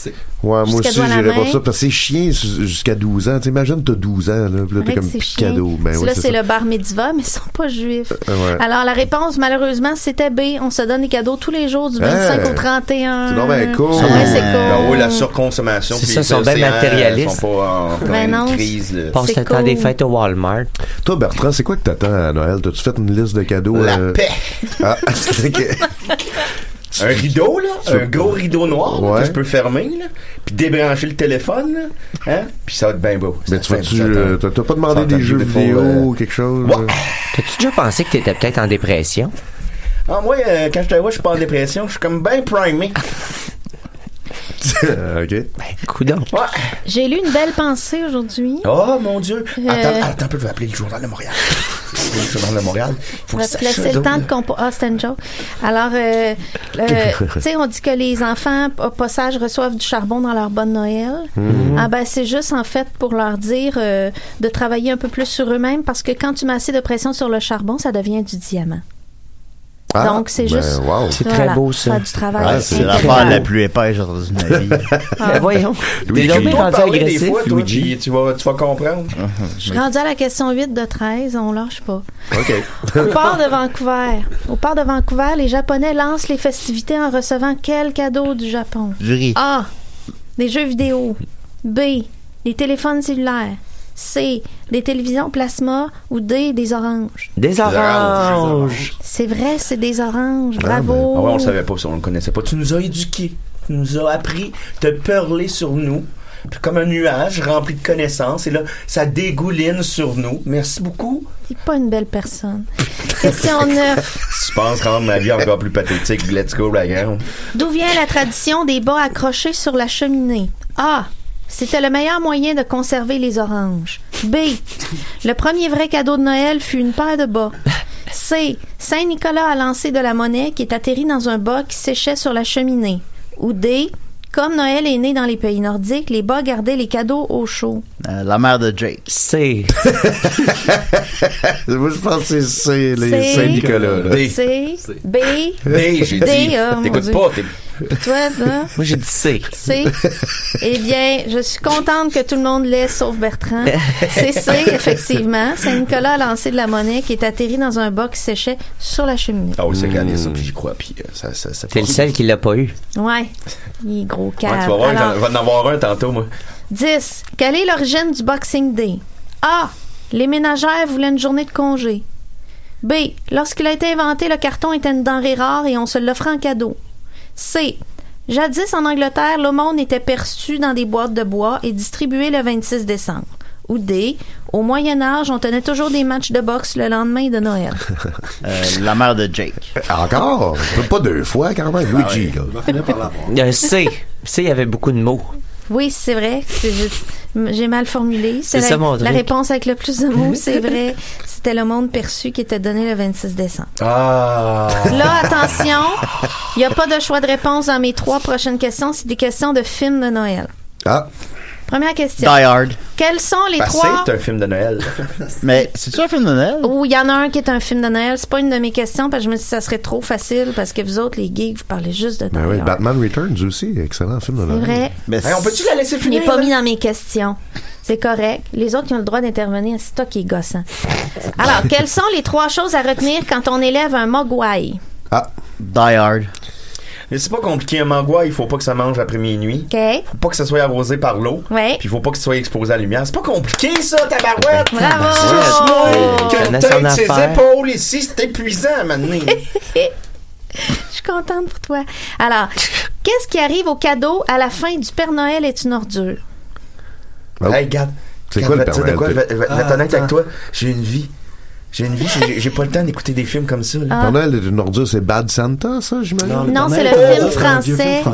Ouais, moi
Jusqu'à
aussi,
doigt à la
j'irais
main.
pour ça. Parce que c'est chien jus- jusqu'à 12 ans. T'imagines, t'as 12 ans, là. Puis là, t'es
Arrête,
comme
c'est
pis
chiant.
cadeau. Ben
Ceux-là,
ouais,
c'est
c'est ça.
le bar mitzvah, mais ils sont pas juifs.
Euh, ouais.
Alors, la réponse, malheureusement, c'était B. On se donne des cadeaux tous les jours
Hein?
du 25
Hey.
au 31.
C'est donc ben cool.
Ah Ouais, c'est cool.
Ben oui, la surconsommation.
C'est
puis
ça, ils sont bien
les océans,
matérialistes.
Ils sont pas en, en
Ben
pleine
non,
crise. là.
Passe
C'est
le temps des
cool.
fêtes au Walmart.
Toi, Bertrand, c'est quoi que t'attends à Noël? T'as-tu fait une liste de cadeaux?
La
euh,
paix.
Ah, c'est que-
Un rideau, là.
Tu-
Un gros rideau noir là,
Ouais.
que je peux fermer, là. Puis débrancher le téléphone, là. Hein? Puis ça va être bien beau.
Mais tu vas-tu. euh, T'as t'as pas demandé des jeux vidéo ou quelque chose? euh?
T'as-tu déjà pensé que t'étais peut-être en dépression?
Ah, moi, euh, quand je te vois, je suis pas en dépression. Je suis comme bien primé.
Ben,
ok.
Coudon.
Ouais.
J'ai lu une belle pensée aujourd'hui.
Oh, mon Dieu.
Euh.
Attends, attends un peu, je vais appeler le Journal de Montréal. le Journal de Montréal. Faut
On va
que
te laisser le temps de compo- Ah, c'était une joke. Alors, euh, euh, tu sais, on dit que les enfants au passage reçoivent du charbon dans leur bonne Noël.
Mhm.
Ah ben, c'est juste en fait pour leur dire euh, de travailler un peu plus sur eux-mêmes parce que quand tu mets assez de pression sur le charbon, ça devient du diamant.
Ah,
Donc, c'est
ben,
juste-
wow.
C'est
Voilà.
très beau, ça.
Faire du travail.
Ah, c'est Ah,
intérieur.
l'affaire la plus épaisse que j'ai entendue de ma vie.
Ben, voyons.
T'es
T'es donc bien
pas
rendu
parler des
agressif.
fois, toi,
Luigi.
puis tu vas, tu vas comprendre.
Je suis rendue à la question 8 de 13, on lâche pas.
OK.
Au port de Vancouver. Au port de Vancouver, les Japonais lancent les festivités en recevant quel cadeau du Japon?
Du riz.
A. Des jeux vidéo. B. Des téléphones cellulaires. C. Des télévisions plasma. Ou D. Des oranges.
Des oranges.
C'est vrai, c'est des oranges.
Ah
Bravo.
ouais, on le savait pas, ça, on le connaissait pas. Tu nous as éduqués. Tu nous as appris, t'as peurlé sur nous. Puis comme un nuage rempli de connaissances, et là, ça dégouline sur nous. Merci beaucoup.
T'es pas une belle personne. Question 9.
Je pense rendre ma vie encore plus pathétique. Let's go, la gang.
D'où vient la tradition des bas accrochés sur la cheminée? A. C'était le meilleur moyen de conserver les oranges. B. Le premier vrai cadeau de Noël fut une paire de bas. C. Saint-Nicolas a lancé de la monnaie qui est atterrie dans un bas qui séchait sur la cheminée. Ou D. Comme Noël est né dans les pays nordiques, les bas gardaient les cadeaux au chaud.
Euh, la mère de Jake.
C'est.
Moi, je pense que c'est- c'est
C'est-
les Saint-Nicolas. là.
D.
C. B.
D, j'ai
D,
dit.
ah, mon
T'écoutes
Dieu.
pas. t'es-
Toi, là?
Moi, j'ai dit c'est.
C. Eh bien, je suis contente que tout le monde l'ait, sauf Bertrand. C'est C, effectivement. Saint-Nicolas a lancé de la monnaie qui est atterrie dans un box séchait sur la cheminée.
Ah oui, c'est regardé ça, puis j'y crois, puis euh, ça, ça, ça
T'es le seul qui l'a pas eu.
Ouais. Il est gros
Ouais,
cave.
tu vas voir, j'en-
Alors,
je vais en avoir un tantôt, moi.
10. Quelle est l'origine du Boxing Day? A. Les ménagères voulaient une journée de congé. B. Lorsqu'il a été inventé, le carton était une denrée rare et on se l'offrait en cadeau. C. Jadis, en Angleterre, l'aumône était perçue dans des boîtes de bois et distribuée le 26 décembre. Ou D. Au Moyen Âge, on tenait toujours des matchs de boxe le lendemain de Noël.
Euh, la mère de Jake.
Encore? Pas deux fois, quand même,
Ah
Luigi.
Il y a un C. C, il y avait beaucoup de mots.
Oui, c'est vrai. C'est juste- m- J'ai mal formulé.
C'est
C'est
ça,
la,
mon
la
truc.
réponse avec le plus de mots, c'est vrai. C'était le monde perçu qui était donné le 26 décembre.
Ah.
Là, attention, il n'y a pas de choix de réponse dans mes trois prochaines questions. C'est des questions de films de Noël.
Ah.
Première question.
Die Hard.
Quels sont les
Parce que
trois...
Ben, c'est un film de Noël.
Mais c'est-tu un film de Noël?
Ou Oh, il y en a un qui est un film de Noël. C'est pas une de mes questions parce que je me suis dit que ça serait trop facile parce que vous autres, les geeks, vous parlez juste de
Ben oui, Batman Returns aussi, excellent film de Noël.
vrai.
Mais
Hey, on peut-tu
la laisser
Il n'est pas mis dans mes questions. C'est correct. Les autres qui ont le droit d'intervenir, c'est toi qui es gossant. Alors, quelles sont les trois choses à retenir quand on élève un mogwai?
Ah.
Die Hard.
Mais c'est pas compliqué. Un mangua, il faut pas que ça mange après minuit.
OK?
Faut pas que ça soit arrosé par l'eau.
Ouais.
Puis faut pas que ça soit exposé à la lumière. C'est pas compliqué, ça, tabarouette!
Ah, ben,
Bravo!
C'est
Oh,
juste moi
Ouais,
qui ai
connais
le
son
teint de ses
affaire.
épaules ici. C'est épuisant, maintenant.
Je suis contente pour toi. Alors, qu'est-ce qui arrive au cadeau à la fin du Père Noël est une ordure?
Ben
Hey, garde.
Ah C'est
Garde,
quoi le
va- tu sais
Père
de quoi?
Noël,
Je vais- je vais
Ah,
être honnête avec toi. J'ai une vie. J'ai une vie. j'ai- J'ai pas le temps d'écouter des films comme ça.
Ah.
Père Noël est une ordure, c'est Bad Santa, ça,
Non,
j'imagine?
c'est le film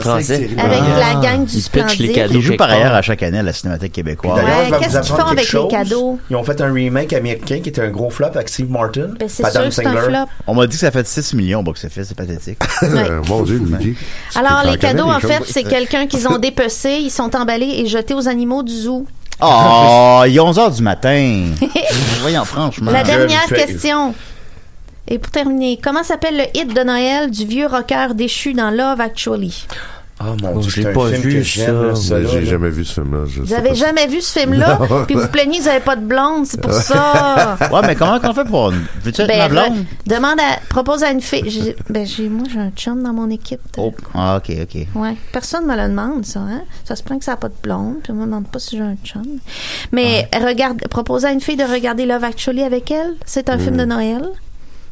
français, avec la gang du Splendide.
Ils jouent Ah. par
quelque
ailleurs
part.
à chaque année à la Cinémathèque québécoise.
D'ailleurs,
Ouais,
je vais vous
qu'est-ce qu'ils
apprendre
font
quelque
avec les
chose.
cadeaux?
Ils ont fait un remake américain qui était un gros flop avec Steve Martin.
Ben, c'est
pas
sûr
Adam
que c'est un
Sandler.
flop.
On m'a dit que ça fait 6 millions au box-office, c'est pathétique.
Mon Dieu, Luigi.
Alors, les cadeaux, en fait, c'est
quelqu'un
quelqu'un qu'ils ont dépecé, ils sont emballés et jetés aux animaux du zoo.
Oh, il est 11h du matin. Voyons, franchement.
La dernière question. Et pour terminer, comment s'appelle le hit de Noël du vieux rocker déchu dans Love Actually?
Ah mon
Oh,
dieu,
je
c'est
l'ai
un
pas
film
vu,
que
ça.
j'aime, là,
Mais
là,
Ben, J'ai
là.
jamais vu ce film-là. je
Vous
sais
avez
pas.
jamais vu ce film-là,
Non.
puis vous plaignez que vous n'avez pas de blonde, c'est pour ça.
ouais, mais comment qu'on fait pour. Veux-tu être
Ben,
ma blonde?
re- demande à, propose à une fille. J'ai- ben, j'ai, moi, j'ai un chum dans mon équipe.
Oh, ah, ok, ok.
Ouais. Personne me le demande, ça. Hein? Ça se plaint que ça n'a pas de blonde, puis on me demande pas si j'ai un chum. Mais regarde, propose à une fille de regarder Love Actually avec elle. C'est un film de Noël.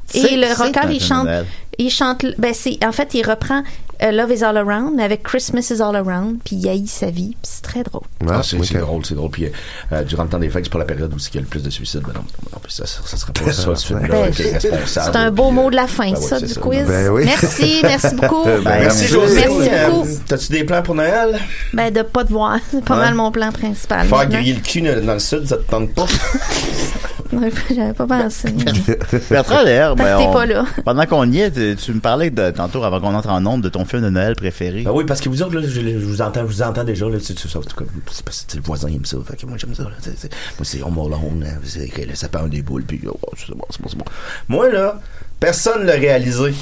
C'est-
Et le
c'est un
rocker, il
film
chante,
de Noël.
il chante. Ben c'est, en fait, il reprend euh, Love is All Around, mais avec Christmas is All Around, puis il haït sa vie, puis c'est très drôle.
Ah, c'est c'est drôle, c'est drôle. Puis euh, durant le temps des fêtes, c'est pas la période où il y a le plus de suicides. Mais non, ben non puis ça, ça, ça serait pas ça, ce film-là,
Ben,
avec les responsables.
C'est un beau mot de la fin,
ben oui,
ça,
c'est
du
ça.
quiz.
Ben oui.
Merci, merci beaucoup.
Ben, merci, José.
Merci
Euh,
beaucoup.
T'as-tu des plans pour Noël?
Ben, de pas te voir. C'est pas
Hein?
mal mon plan principal.
Faire
maintenant.
griller le cul dans le sud, ça te tente pas?
Non, J'avais pas pensé.
Bertrand, d'ailleurs, ben,
Tant que t'es
on-
pas là.
pendant qu'on y est, tu, tu me parlais de, tantôt avant qu'on entre en nombre de ton film de Noël préféré.
Ben oui, parce que vous autres, là, je, je vous entends, je vous entends déjà, là, c'est, c'est, c'est, c'est, comme- c'est parce que c'est le voisin il aime ça, fait que moi j'aime ça, là, c'est, c'est- moi c'est Home Alone, hein, c'est que le sapin a des boules, puis oh, c'est bon, c'est bon, c'est bon. Moi là, personne l'a réalisé,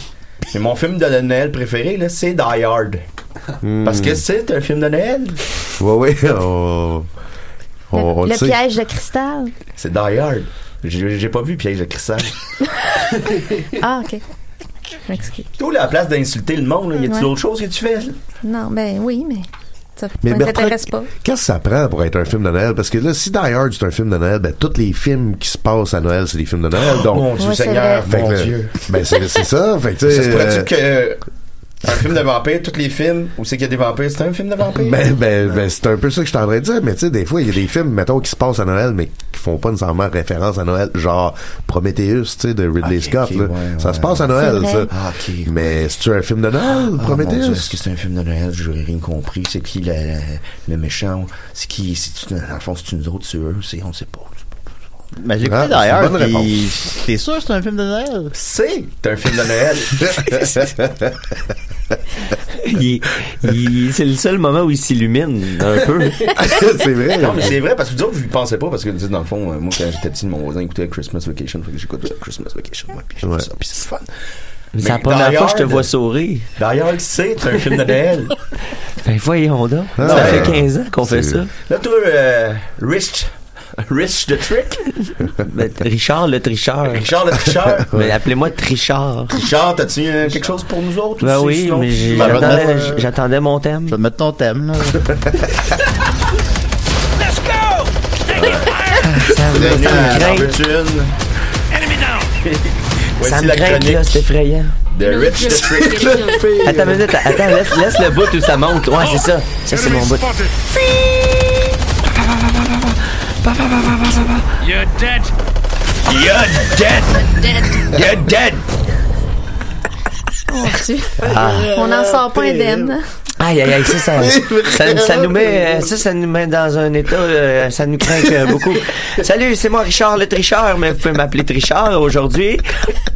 mais mon film de Noël préféré, là, c'est Die Hard.
Hmm.
Parce que c'est un film de Noël.
Ouais, ouais, on. on- on
Le
sait.
piège de cristal.
C'est Die Hard. J'ai, j'ai pas vu Piège de cristal.
Ah, OK. Je m'excuse.
Toi, là, à la place d'insulter le monde, là, y a-tu
Ouais.
d'autres choses que tu fais? là?
Non, ben oui, mais ça
Mais
ne
Bertrand-
t'intéresse pas.
Qu'est-ce que ça prend pour être un film de Noël? Parce que là, si Die Hard, c'est un film de Noël, ben, tous les films qui se passent à Noël, c'est des films de Noël. Donc,
Oh, mon Dieu, Ouais, c'est Seigneur, vrai.
Fait que
mon
là,
Dieu.
Ben, c'est c'est ça. Fait que, tu
Ça
sais,
se
euh,
pourrait-tu que euh, un film de vampire, tous les films où c'est qu'il y a des vampires, c'est un film de vampire?
Ben, ben, ben, c'est un peu ça que je t'en train de dire, mais tu sais, des fois, il y a des films, mettons, qui se passent à Noël, mais qui font pas nécessairement référence à Noël, genre Prometheus, tu sais, de Ridley Scott, là. ça se passe à Noël, ça.
C'est vrai. Ah, ok.
Mais c'est-tu un film de Noël,
Ah, mon Dieu,
Prometheus?
Est-ce que c'est un film de Noël? J'aurais rien compris. C'est qui le, le méchant? C'est qui? C'est-tu, dans le fond, c'est-tu nous autres? C'est eux? C'est, on ne sait pas.
Ben,
Ah,
j'ai écouté Die Hard, puis T'es sûr que c'est un film de Noël?
C'est un film de Noël.
Il- il- c'est le seul moment où il s'illumine un peu.
Non, mais c'est vrai, parce que vous autres, vous y pensez pas, parce que, tu sais, dans le fond, euh, moi, quand j'étais petit, mon voisin écoutait Christmas Vacation, fait que j'écoute euh, Christmas Vacation, ouais, puis j'aime ça, puis c'est fun.
Mais c'est la première fois que je te vois sourire.
D'ailleurs, c'est un film de Noël.
Ben voyons donc.
Ah,
ça
ouais.
fait 15 ans qu'on fait
C'est-
ça.
Là, toi, euh, Rich, Rich the Trick.
Ben, Richard le tricheur.
Richard le tricheur.
Mais appelez-moi trichard.
Richard, t'as-tu euh, quelque chose pour nous autres?
Ben
aussi,
oui,
sinon?
mais j'ai-
Ben,
j'attendais
euh,
j'attendais mon thème. Je
vais mettre ton thème, là.
Let's go!
Bienvenue
ça me
à
craint.
Barbecue. Voici
Ça me
la
craque, là,
chronique
c'est effrayant.
de Rich the Trick.
Attends, une minute, attends, laisse, laisse le bout où ça monte. Ouais, c'est ça. Ça, c'est mon bout.
You're dead.
You're dead. You're dead.
Mon Dieu.
Ah.
On n'en sort pas indemne.
Aïe, aïe, aïe, ça, ça, ça, ça nous met, euh, ça, ça nous met dans un état, euh, ça nous craint euh, beaucoup. Salut, c'est moi Richard le tricheur, mais vous pouvez m'appeler Tricheur. Aujourd'hui,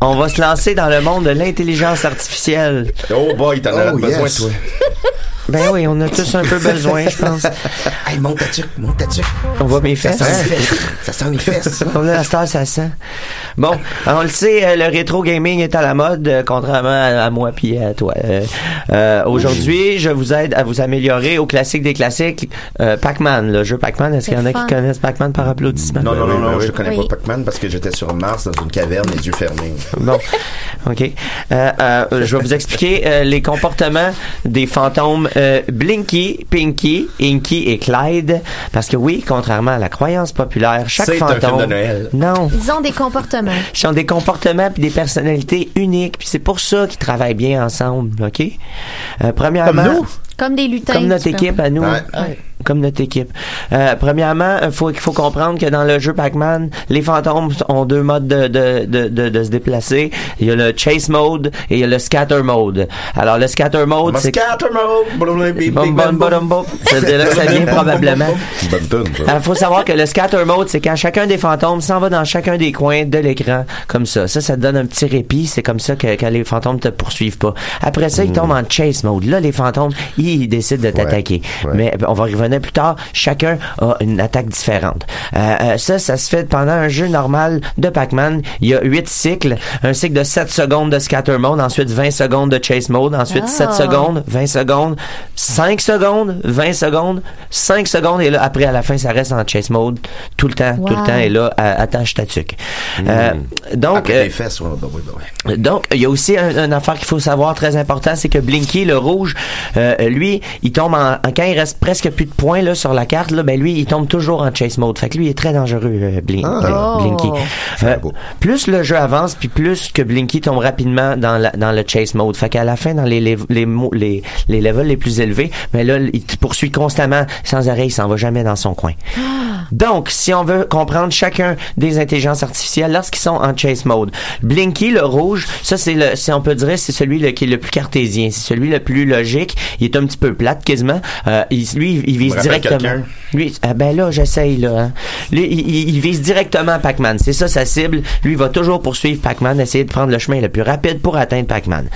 on va se lancer dans le monde de l'intelligence artificielle.
Oh boy, t'en as
Oh,
besoin,
yes.
toi.
Ben oui, on a tous un peu besoin, je pense.
Hey, monte ta tuque, monte ta tuque.
On voit mes fesses.
Ça sent les
hein?
fesses. Ça sent les fesses.
Comme là, à cette heure, ça sent. Bon, on le sait, euh, le rétro gaming est à la mode, euh, contrairement à, à moi puis à toi. Euh, euh, Aujourd'hui, je vous aide à vous améliorer au classique des classiques, euh, Pac-Man, le jeu Pac-Man. Est-ce qu'il y en a
C'est
qui
fun.
connaissent Pac-Man par
Ben
applaudissement?
Non, non, non, non, je connais
Oui.
pas Pac-Man parce que j'étais sur Mars dans une caverne, les yeux fermés.
Bon, ok. Euh, euh, je vais vous expliquer euh, les comportements des fantômes euh, Blinky, Pinky, Inky et Clyde. Parce que oui, contrairement à la croyance populaire, chaque
C'est un
fantôme...
film de Noël.
Non.
Ils ont des comportements.
Ils ont des comportements puis des personnalités uniques. Puis c'est pour ça qu'ils travaillent bien ensemble, OK? Euh, premièrement...
Comme nous? Comme des lutins.
Comme notre
tu
équipe
peux-
à nous. Comme notre équipe. Euh, premièrement, il faut, il faut comprendre que dans le jeu Pac-Man, les fantômes ont deux modes de, de, de, de, de se déplacer. Il y a le chase mode et il y a le scatter mode. Alors, le scatter mode, c'est... Bum, bum, bum, bum. C'est de là que ça vient probablement.
Bonne tonne,
Ah,
Il faut savoir que le scatter mode, c'est quand chacun des fantômes s'en va dans chacun des coins de l'écran, comme ça. Ça, ça te donne un petit répit. C'est comme ça que, que les fantômes te poursuivent pas. Après ça, ils tombent en chase mode. Là, les fantômes, ils décident de t'attaquer. Mais ben, on va y revenir plus tard. Chacun a une attaque différente. Euh, euh, ça, ça se fait pendant un jeu normal de Pac-Man. Il y a 8 cycles. Un cycle de 7 secondes de scatter mode, ensuite 20 secondes de chase mode, ensuite
Ah.
7 secondes, 20 secondes, 5 secondes, 20 secondes, 5 secondes, et là, après, à la fin, ça reste en chase mode tout le temps, tout
Wow.
le temps, et là, à- attache ta tuque. Euh, donc, euh,
Les fesses, ouais, bah oui, bah oui.
donc, il y a aussi un- une affaire qu'il faut savoir très important, c'est que Blinky, le rouge, euh, lui, il tombe en, en- quand il reste presque plus de points là sur la carte, là, ben lui, il tombe toujours en chase mode. Fait que lui, il est très dangereux, euh, Blin-
Ah.
Blin-
Oh.
Blinky.
Ah,
Euh, plus le jeu avance, puis plus que Blinky tombe rapidement dans, la- dans le chase mode. Fait qu'à la fin, dans les, les, les, mo- les, les levels les plus élevés, mais là, il te poursuit constamment, sans arrêt, il s'en va jamais dans son coin. Donc, si on veut comprendre chacun des intelligences artificielles lorsqu'ils sont en chase mode, Blinky, le rouge, ça c'est le, si on peut dire, c'est celui le- qui est le plus cartésien, c'est celui le plus logique. Il est un petit peu plate quasiment. Euh, il- lui, il vise
me rappelle
directement.
quelqu'un.
Lui, ah ben là, j'essaye là. hein. Lui, il, il- il vise directement Pac-Man. C'est ça sa cible. Lui il va toujours poursuivre Pac-Man, essayer de prendre le chemin le plus rapide pour atteindre Pac-Man.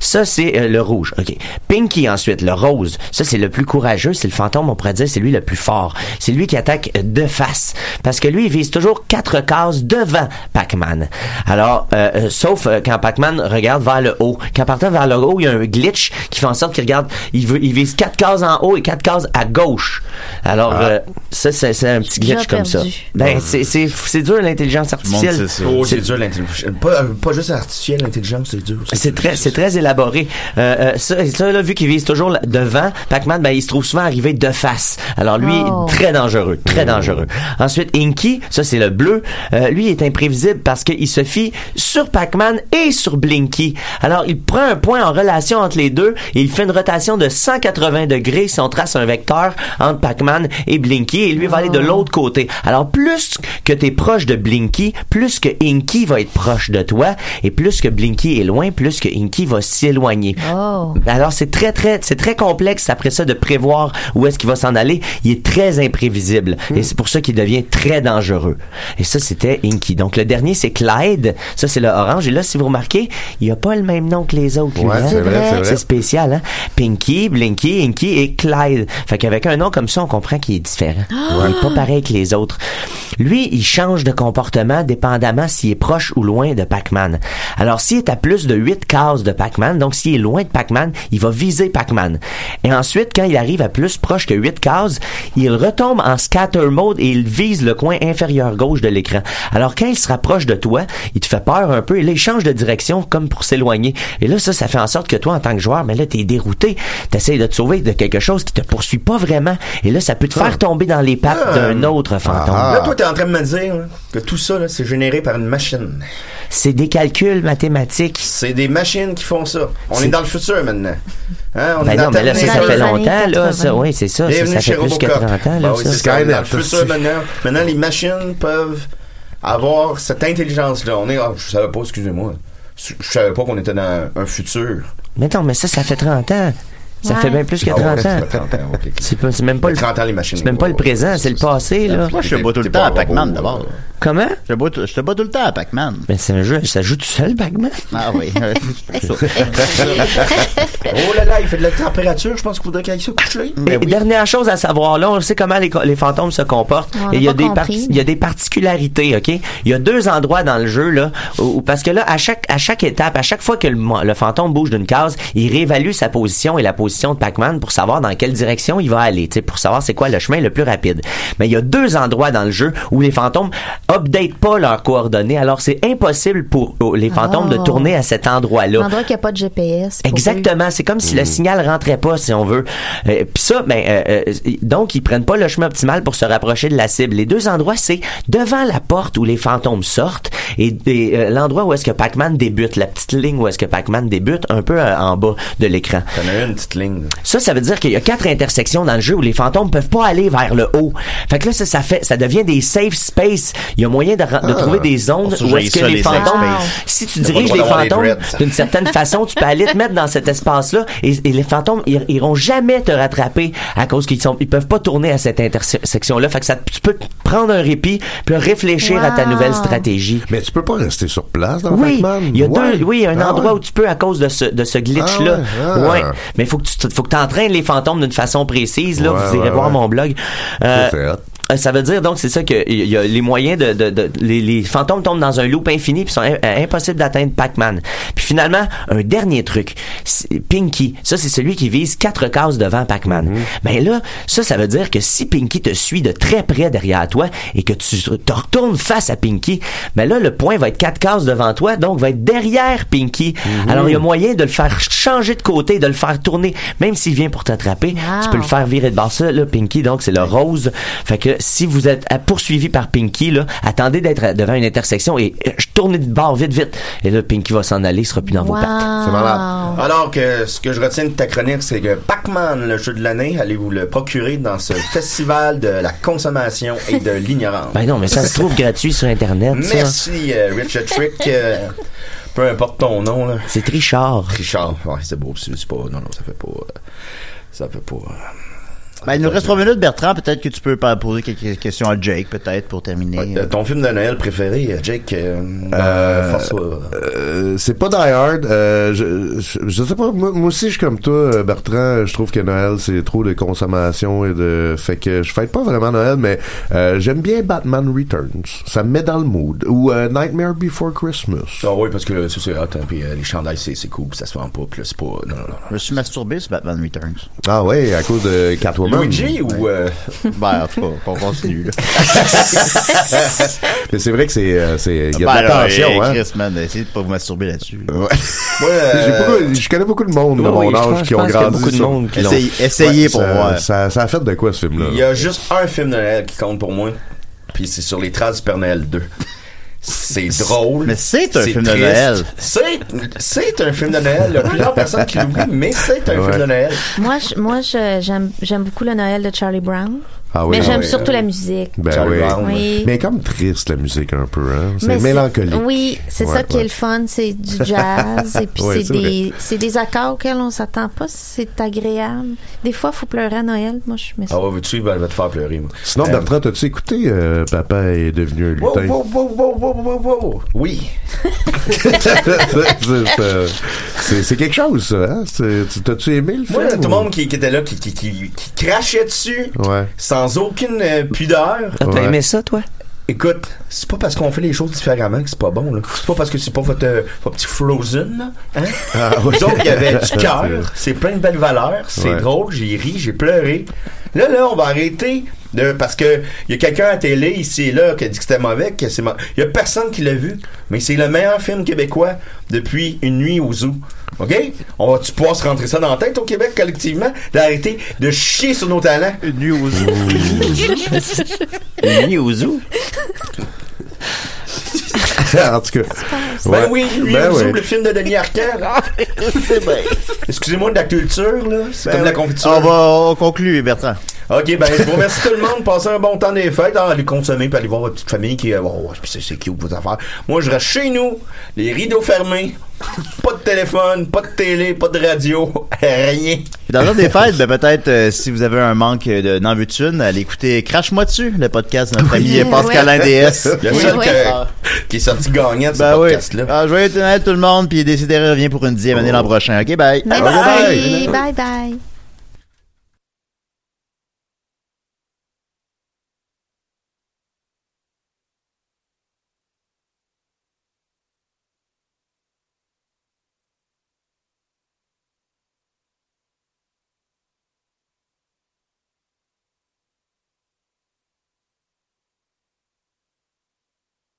Ça c'est euh, le rouge. Ok. Pinky ensuite, le rose. Ça c'est le plus courageux. C'est le fantôme, on pourrait dire, c'est lui le plus fort. C'est lui qui attaque euh, de face parce que lui il vise toujours quatre cases devant Pac-Man. Alors, euh, euh, sauf euh, quand Pac-Man regarde vers le haut. Quand partant vers le haut, il y a un glitch qui fait en sorte qu'il regarde, il veut, il vise quatre cases en haut et quatre cases à gauche. Alors, euh, ça, c'est c'est un petit glitch
déjà
comme ça.
perdu.
Ben, c'est- c'est c'est dur l'intelligence artificielle.
Oh, c'est
C'est-
dur l'intelligence. Pas, euh, pas juste artificielle, l'intelligence, c'est dur.
c'est très, c'est très élaboré. Euh, euh, ça, ça, là, vu qu'il vise toujours la- devant, Pac-Man, ben, il se trouve souvent arrivé de face. Alors lui,
Oh.
très dangereux, très dangereux. Ensuite, Inky, ça c'est le bleu. Euh, lui est imprévisible parce qu'il se fie sur Pac-Man et sur Blinky. Alors il prend un point en relation entre les deux et il fait une rotation de 180 degrés si on trace un vecteur entre Pac-Man et Blinky et lui va aller de l'autre côté. Alors plus que t'es proche de Blinky, plus que Inky va être proche de toi et plus que Blinky est loin, plus que Inky va s'éloigner.
Oh.
Alors c'est très très c'est très complexe après ça de prévoir où est-ce qu'il va s'en aller. Il est très imprévisible
Hmm.
et c'est pour ça qu'il devient très dangereux. Et ça c'était Inky. Donc le dernier c'est Clyde. Ça c'est le orange et là si vous remarquez, il a pas le même nom que les autres. lui,
Ouais,
hein?
c'est vrai, c'est vrai.
spécial hein. Pinky, Blinky, Inky et Clyde. Fait qu'avec un nom comme ça on comprend qu'il est différent. Il est pas pareil que les autres. Lui, il change de comportement dépendamment s'il est proche ou loin de Pac-Man. Alors, s'il est à plus de 8 cases de Pac-Man, donc s'il est loin de Pac-Man, il va viser Pac-Man. Et ensuite, quand il arrive à plus proche que 8 cases, il retombe en scatter mode et il vise le coin inférieur gauche de l'écran. Alors, quand il se rapproche de toi, il te fait peur un peu et là, il change de direction comme pour s'éloigner. Et ben là, ça, ça fait en sorte que toi, en tant que joueur, mais là, t'es dérouté. T'essayes de te sauver de quelque chose qui te poursuit pas vraiment justement. Et là, ça peut te faire tomber dans les pattes d'un autre fantôme.
Ah. Là, toi, t'es en train de me dire là, que tout ça, là, c'est généré par une machine.
C'est des calculs mathématiques.
C'est des machines qui font ça. On est,
C'est-
dans le futur maintenant. Hein, on
Ben
est
non,
dans
mais là, ça, ça fait longtemps, là. Ça, oui, c'est ça. ça,
Bienvenue
Ça
chez
fait plus que
Robocop.
30 ans, là.
Ben oui,
ça.
c'est ça, on est dans le futur maintenant. Maintenant, les machines peuvent avoir cette intelligence-là. On est, ah, je savais pas, excusez-moi. Je je savais pas qu'on était dans un futur.
Mais non, mais ça, ça fait 30 ans. Ça
Ouais.
fait bien plus que
Ah ouais,
30
ça
ans.
fait 30 ans, ok.
C'est pas- c'est même pas le, c'est même pas le présent, c'est le passé, là.
Moi, je te bats tout le temps à Pac-Man d'abord.
Comment?
Je te bats tout- je te bats tout le temps à Pac-Man.
Mais c'est un jeu, ça joue tout seul, Pac-Man.
Ah oui.
Oh là là, il fait de la température, je pense qu'il faudrait qu'il aille se coucher.
Et Dernière chose à savoir, là, on sait comment les, co- les fantômes se comportent.
On
Et il y
n'a
a
pas
des
compris.
parti- il y a des particularités, ok. Il y a deux endroits dans le jeu là, où, où- parce que là, à chaque à chaque étape, à chaque fois que le, mo- le fantôme bouge d'une case, il réévalue sa position et la position de Pac-Man pour savoir dans quelle direction il va aller, tu sais, pour savoir c'est quoi le chemin le plus rapide. Mais il y a deux endroits dans le jeu où les fantômes updatent pas leurs coordonnées, alors c'est impossible pour pour les fantômes de
Oh.
tourner à cet endroit-là.
L'endroit qui a pas de GPS. pour
Exactement, c'est comme si le signal rentrait pas, si on veut. Euh, Puis ça, ben, euh, euh, donc ils prennent pas le chemin optimal pour se rapprocher de la cible. Les deux endroits, c'est devant la porte où les fantômes sortent et, et, euh, l'endroit où est-ce que Pac-Man débute, la petite ligne où est-ce que Pac-Man débute, un peu euh, en bas de l'écran.
T'en as une petite ligne. là.
Ça, ça veut dire qu'il y a quatre intersections dans le jeu où les fantômes peuvent pas aller vers le haut. Fait que là, ça, ça fait, ça devient des safe space. Il y a moyen de, ra- de
Ah.
trouver des zones
On se
où
jaillit
est-ce que
ça,
les,
les safe
fantômes,
space.
si tu
T'as pas le
diriges
droit
les
d'avoir les
fantômes
dreads.
d'une certaine façon, tu peux aller te mettre dans cet espace-là et, et les fantômes, ils ils iront jamais te rattraper à cause qu'ils sont, ils peuvent pas tourner à cette intersection-là. Fait que ça, tu peux te prendre un répit puis réfléchir à ta
Wow.
nouvelle stratégie.
Mais tu peux pas rester sur place dans
Oui,
Pac-Man.
il y a
Ouais.
deux, oui, il y a un
Ah
endroit
ouais.
où tu peux à cause de ce, de ce glitch-là.
Ah ouais,
ouais,
ah.
Mais faut que tu t- faut que t'entraînes les fantômes d'une façon précise, là.
Ouais,
vous irez
ouais,
voir
ouais.
mon blog.
C'est hot.
euh, ça veut dire donc c'est ça que il y a les moyens de, de, de- les, les fantômes tombent dans un loop infini puis sont im- euh, impossibles d'atteindre Pac-Man. Puis finalement un dernier truc, c'est Pinky, ça c'est celui qui vise quatre cases devant Pac-Man.
Mm-hmm.
Mais là ça ça veut dire que si Pinky te suit de très près derrière toi et que tu te retournes face à Pinky, mais là le point va être quatre cases devant toi donc va être derrière Pinky.
Mhm.
Alors il y a moyen de le faire changer de côté, de le faire tourner même s'il vient pour t'attraper, tu peux le faire virer de bord ça là Pinky donc c'est le rose. Fait que si vous êtes euh, poursuivi par Pinky là, attendez d'être à- devant une intersection et euh, je tourne de bord vite vite et là Pinky va s'en aller, il sera plus dans vos pattes.
C'est malade. Alors que ce que je retiens de ta chronique, c'est que Pac-Man, le jeu de l'année, allez vous le procurer dans ce festival de la consommation et de l'ignorance.
Ben non, mais ça se trouve gratuit sur internet ça.
Merci, euh, Richard Trick. euh, peu importe ton nom, là.
C'est Trichard.
Trichard, ouais, c'est beau. C'est c'est pas. Non, non, ça fait pas. euh, ça fait pas. euh,
Ben, il nous reste trois minutes, Bertrand. Peut-être que tu peux pas poser quelques questions à Jake, peut-être, pour terminer.
euh, ton film de Noël préféré, euh, Jake. euh, dans-
Euh,
François.
euh, c'est pas Die Hard. euh, je, je, je sais pas. Moi, moi aussi, je suis comme toi, euh, Bertrand. Je trouve que Noël, c'est trop de consommation et de. Fait que je fête pas vraiment Noël, mais euh, j'aime bien Batman Returns. Ça me met dans le mood. Ou euh, Nightmare Before Christmas.
Ah oui, parce que euh, ça, c'est hot, hein, puis euh, les chandails, c'est c'est cool, puis ça se vend pas, puis là, c'est pas. Non, non, non.
Je me suis masturbé sur Batman Returns.
Ah ouais, à cause de Catwoman.
Luigi ou. euh,
Ben, en tout cas, on continue, là.
Mais c'est vrai que c'est. euh, c'est- Il y a
Ben,
de
là,
l'attention,
hey,
hein.
Chris, man, essayez de pas vous masturber là-dessus.
Ouais.
euh,
J'ai beaucoup- je connais beaucoup de monde de
Oui,
mon
oui, je
âge
pense-
qui
je
ont
pense qu'il y a
grandi.
beaucoup de
sur-
monde qui l'ont. Essayez- essayez pour
ça,
voir.
Ça, ça a fait de quoi ce
Euh,
film-là?
Il y a juste un film de Noël qui compte pour moi, puis c'est sur les traces du Père Noël 2. C'est drôle.
Mais c'est un film de
triste.
Noël.
C'est, c'est un film de Noël. Il y a plusieurs personnes qui l'oublient, mais c'est un
Ouais.
film de Noël.
lui. Moi, je- moi je- j'aime j'aime beaucoup le Noël de Charlie Brown.
Ah oui,
mais
ah
j'aime
oui,
surtout
ah
la
oui.
musique.
Ben oui.
Oui.
Mais comme triste la musique un peu, hein?
Mais
C'est mélancolique.
Oui, c'est
Ouais,
ça qui
ouais.
est le fun, c'est du jazz et puis
Ouais,
c'est
c'est
des c'est des accords auxquels on s'attend pas, c'est agréable. Des fois, faut pleurer à Noël, moi je me
Ah ouais, veux-tu, ben, elle va te faire pleurer, moi.
Sinon, Bertrand, t'as-tu écouté euh, Papa est devenu un
Wow,
lutin?
wow, wow, wow, wow, wow, wow. Oui.
C'est, euh, c'est c'est quelque chose, ça. Hein? C'est- tu- T'as-tu aimé le film?
Moi, là, tout le
ou-
monde qui, qui était là, qui, qui, qui, qui crachait dessus,
Ouais.
sans aucune euh, pudeur.
Ah, t'as Ouais. aimé
ça, toi?
Écoute, c'est pas parce qu'on fait les choses différemment que c'est pas bon, là. C'est pas parce que c'est pas votre, euh, votre petit Frozen, là. Hein?
Ah, oui.
Nous autres, il y avait du
C'est vrai.
cœur, c'est plein de belles valeurs, c'est
Ouais.
drôle, j'ai ri, j'ai pleuré. Là, là, on va arrêter de, parce que il y a quelqu'un à la télé ici et là qui a dit que c'était mauvais, que c'est ma- Il y a personne qui l'a vu, mais c'est le meilleur film québécois depuis Une nuit au zoo. OK? On va-tu pouvoir se rentrer ça dans la tête au Québec collectivement d'arrêter de chier sur nos talents? Une nuit au zoo.
Une nuit au zoo?
en tout cas.
Ben
ouais.
oui, Une nuit
Ben
au zoo,
ouais.
le film de Denis Arcand. c'est bien. Excusez-moi de la culture, là. C'est
Ben
comme la
oui.
confiture.
Ah
On va on conclut, Bertrand.
OK, ben, je vous remercie tout le monde. Passez un bon temps des fêtes. Ah, allez consommer, puis allez voir votre petite famille qui. euh, Oh, puis c'est- c'est qui vos affaires. Moi, je reste chez nous, les rideaux fermés, pas de téléphone, pas de télé, pas de radio, rien.
Puis Dans l'ordre des fêtes, ben peut-être euh, si vous avez un manque de n'en veux-tu une, allez écouter Crache-moi dessus, le podcast de notre ami Pascalin DS.
Le
Ah
seul que- qui est sorti gagnant de ce
Ben
podcast-là.
Ah, joyeux Noël tout le monde, puis décidez revient pour une dixième année l'an prochain. OK, bye.
Bye bye. Bye bye.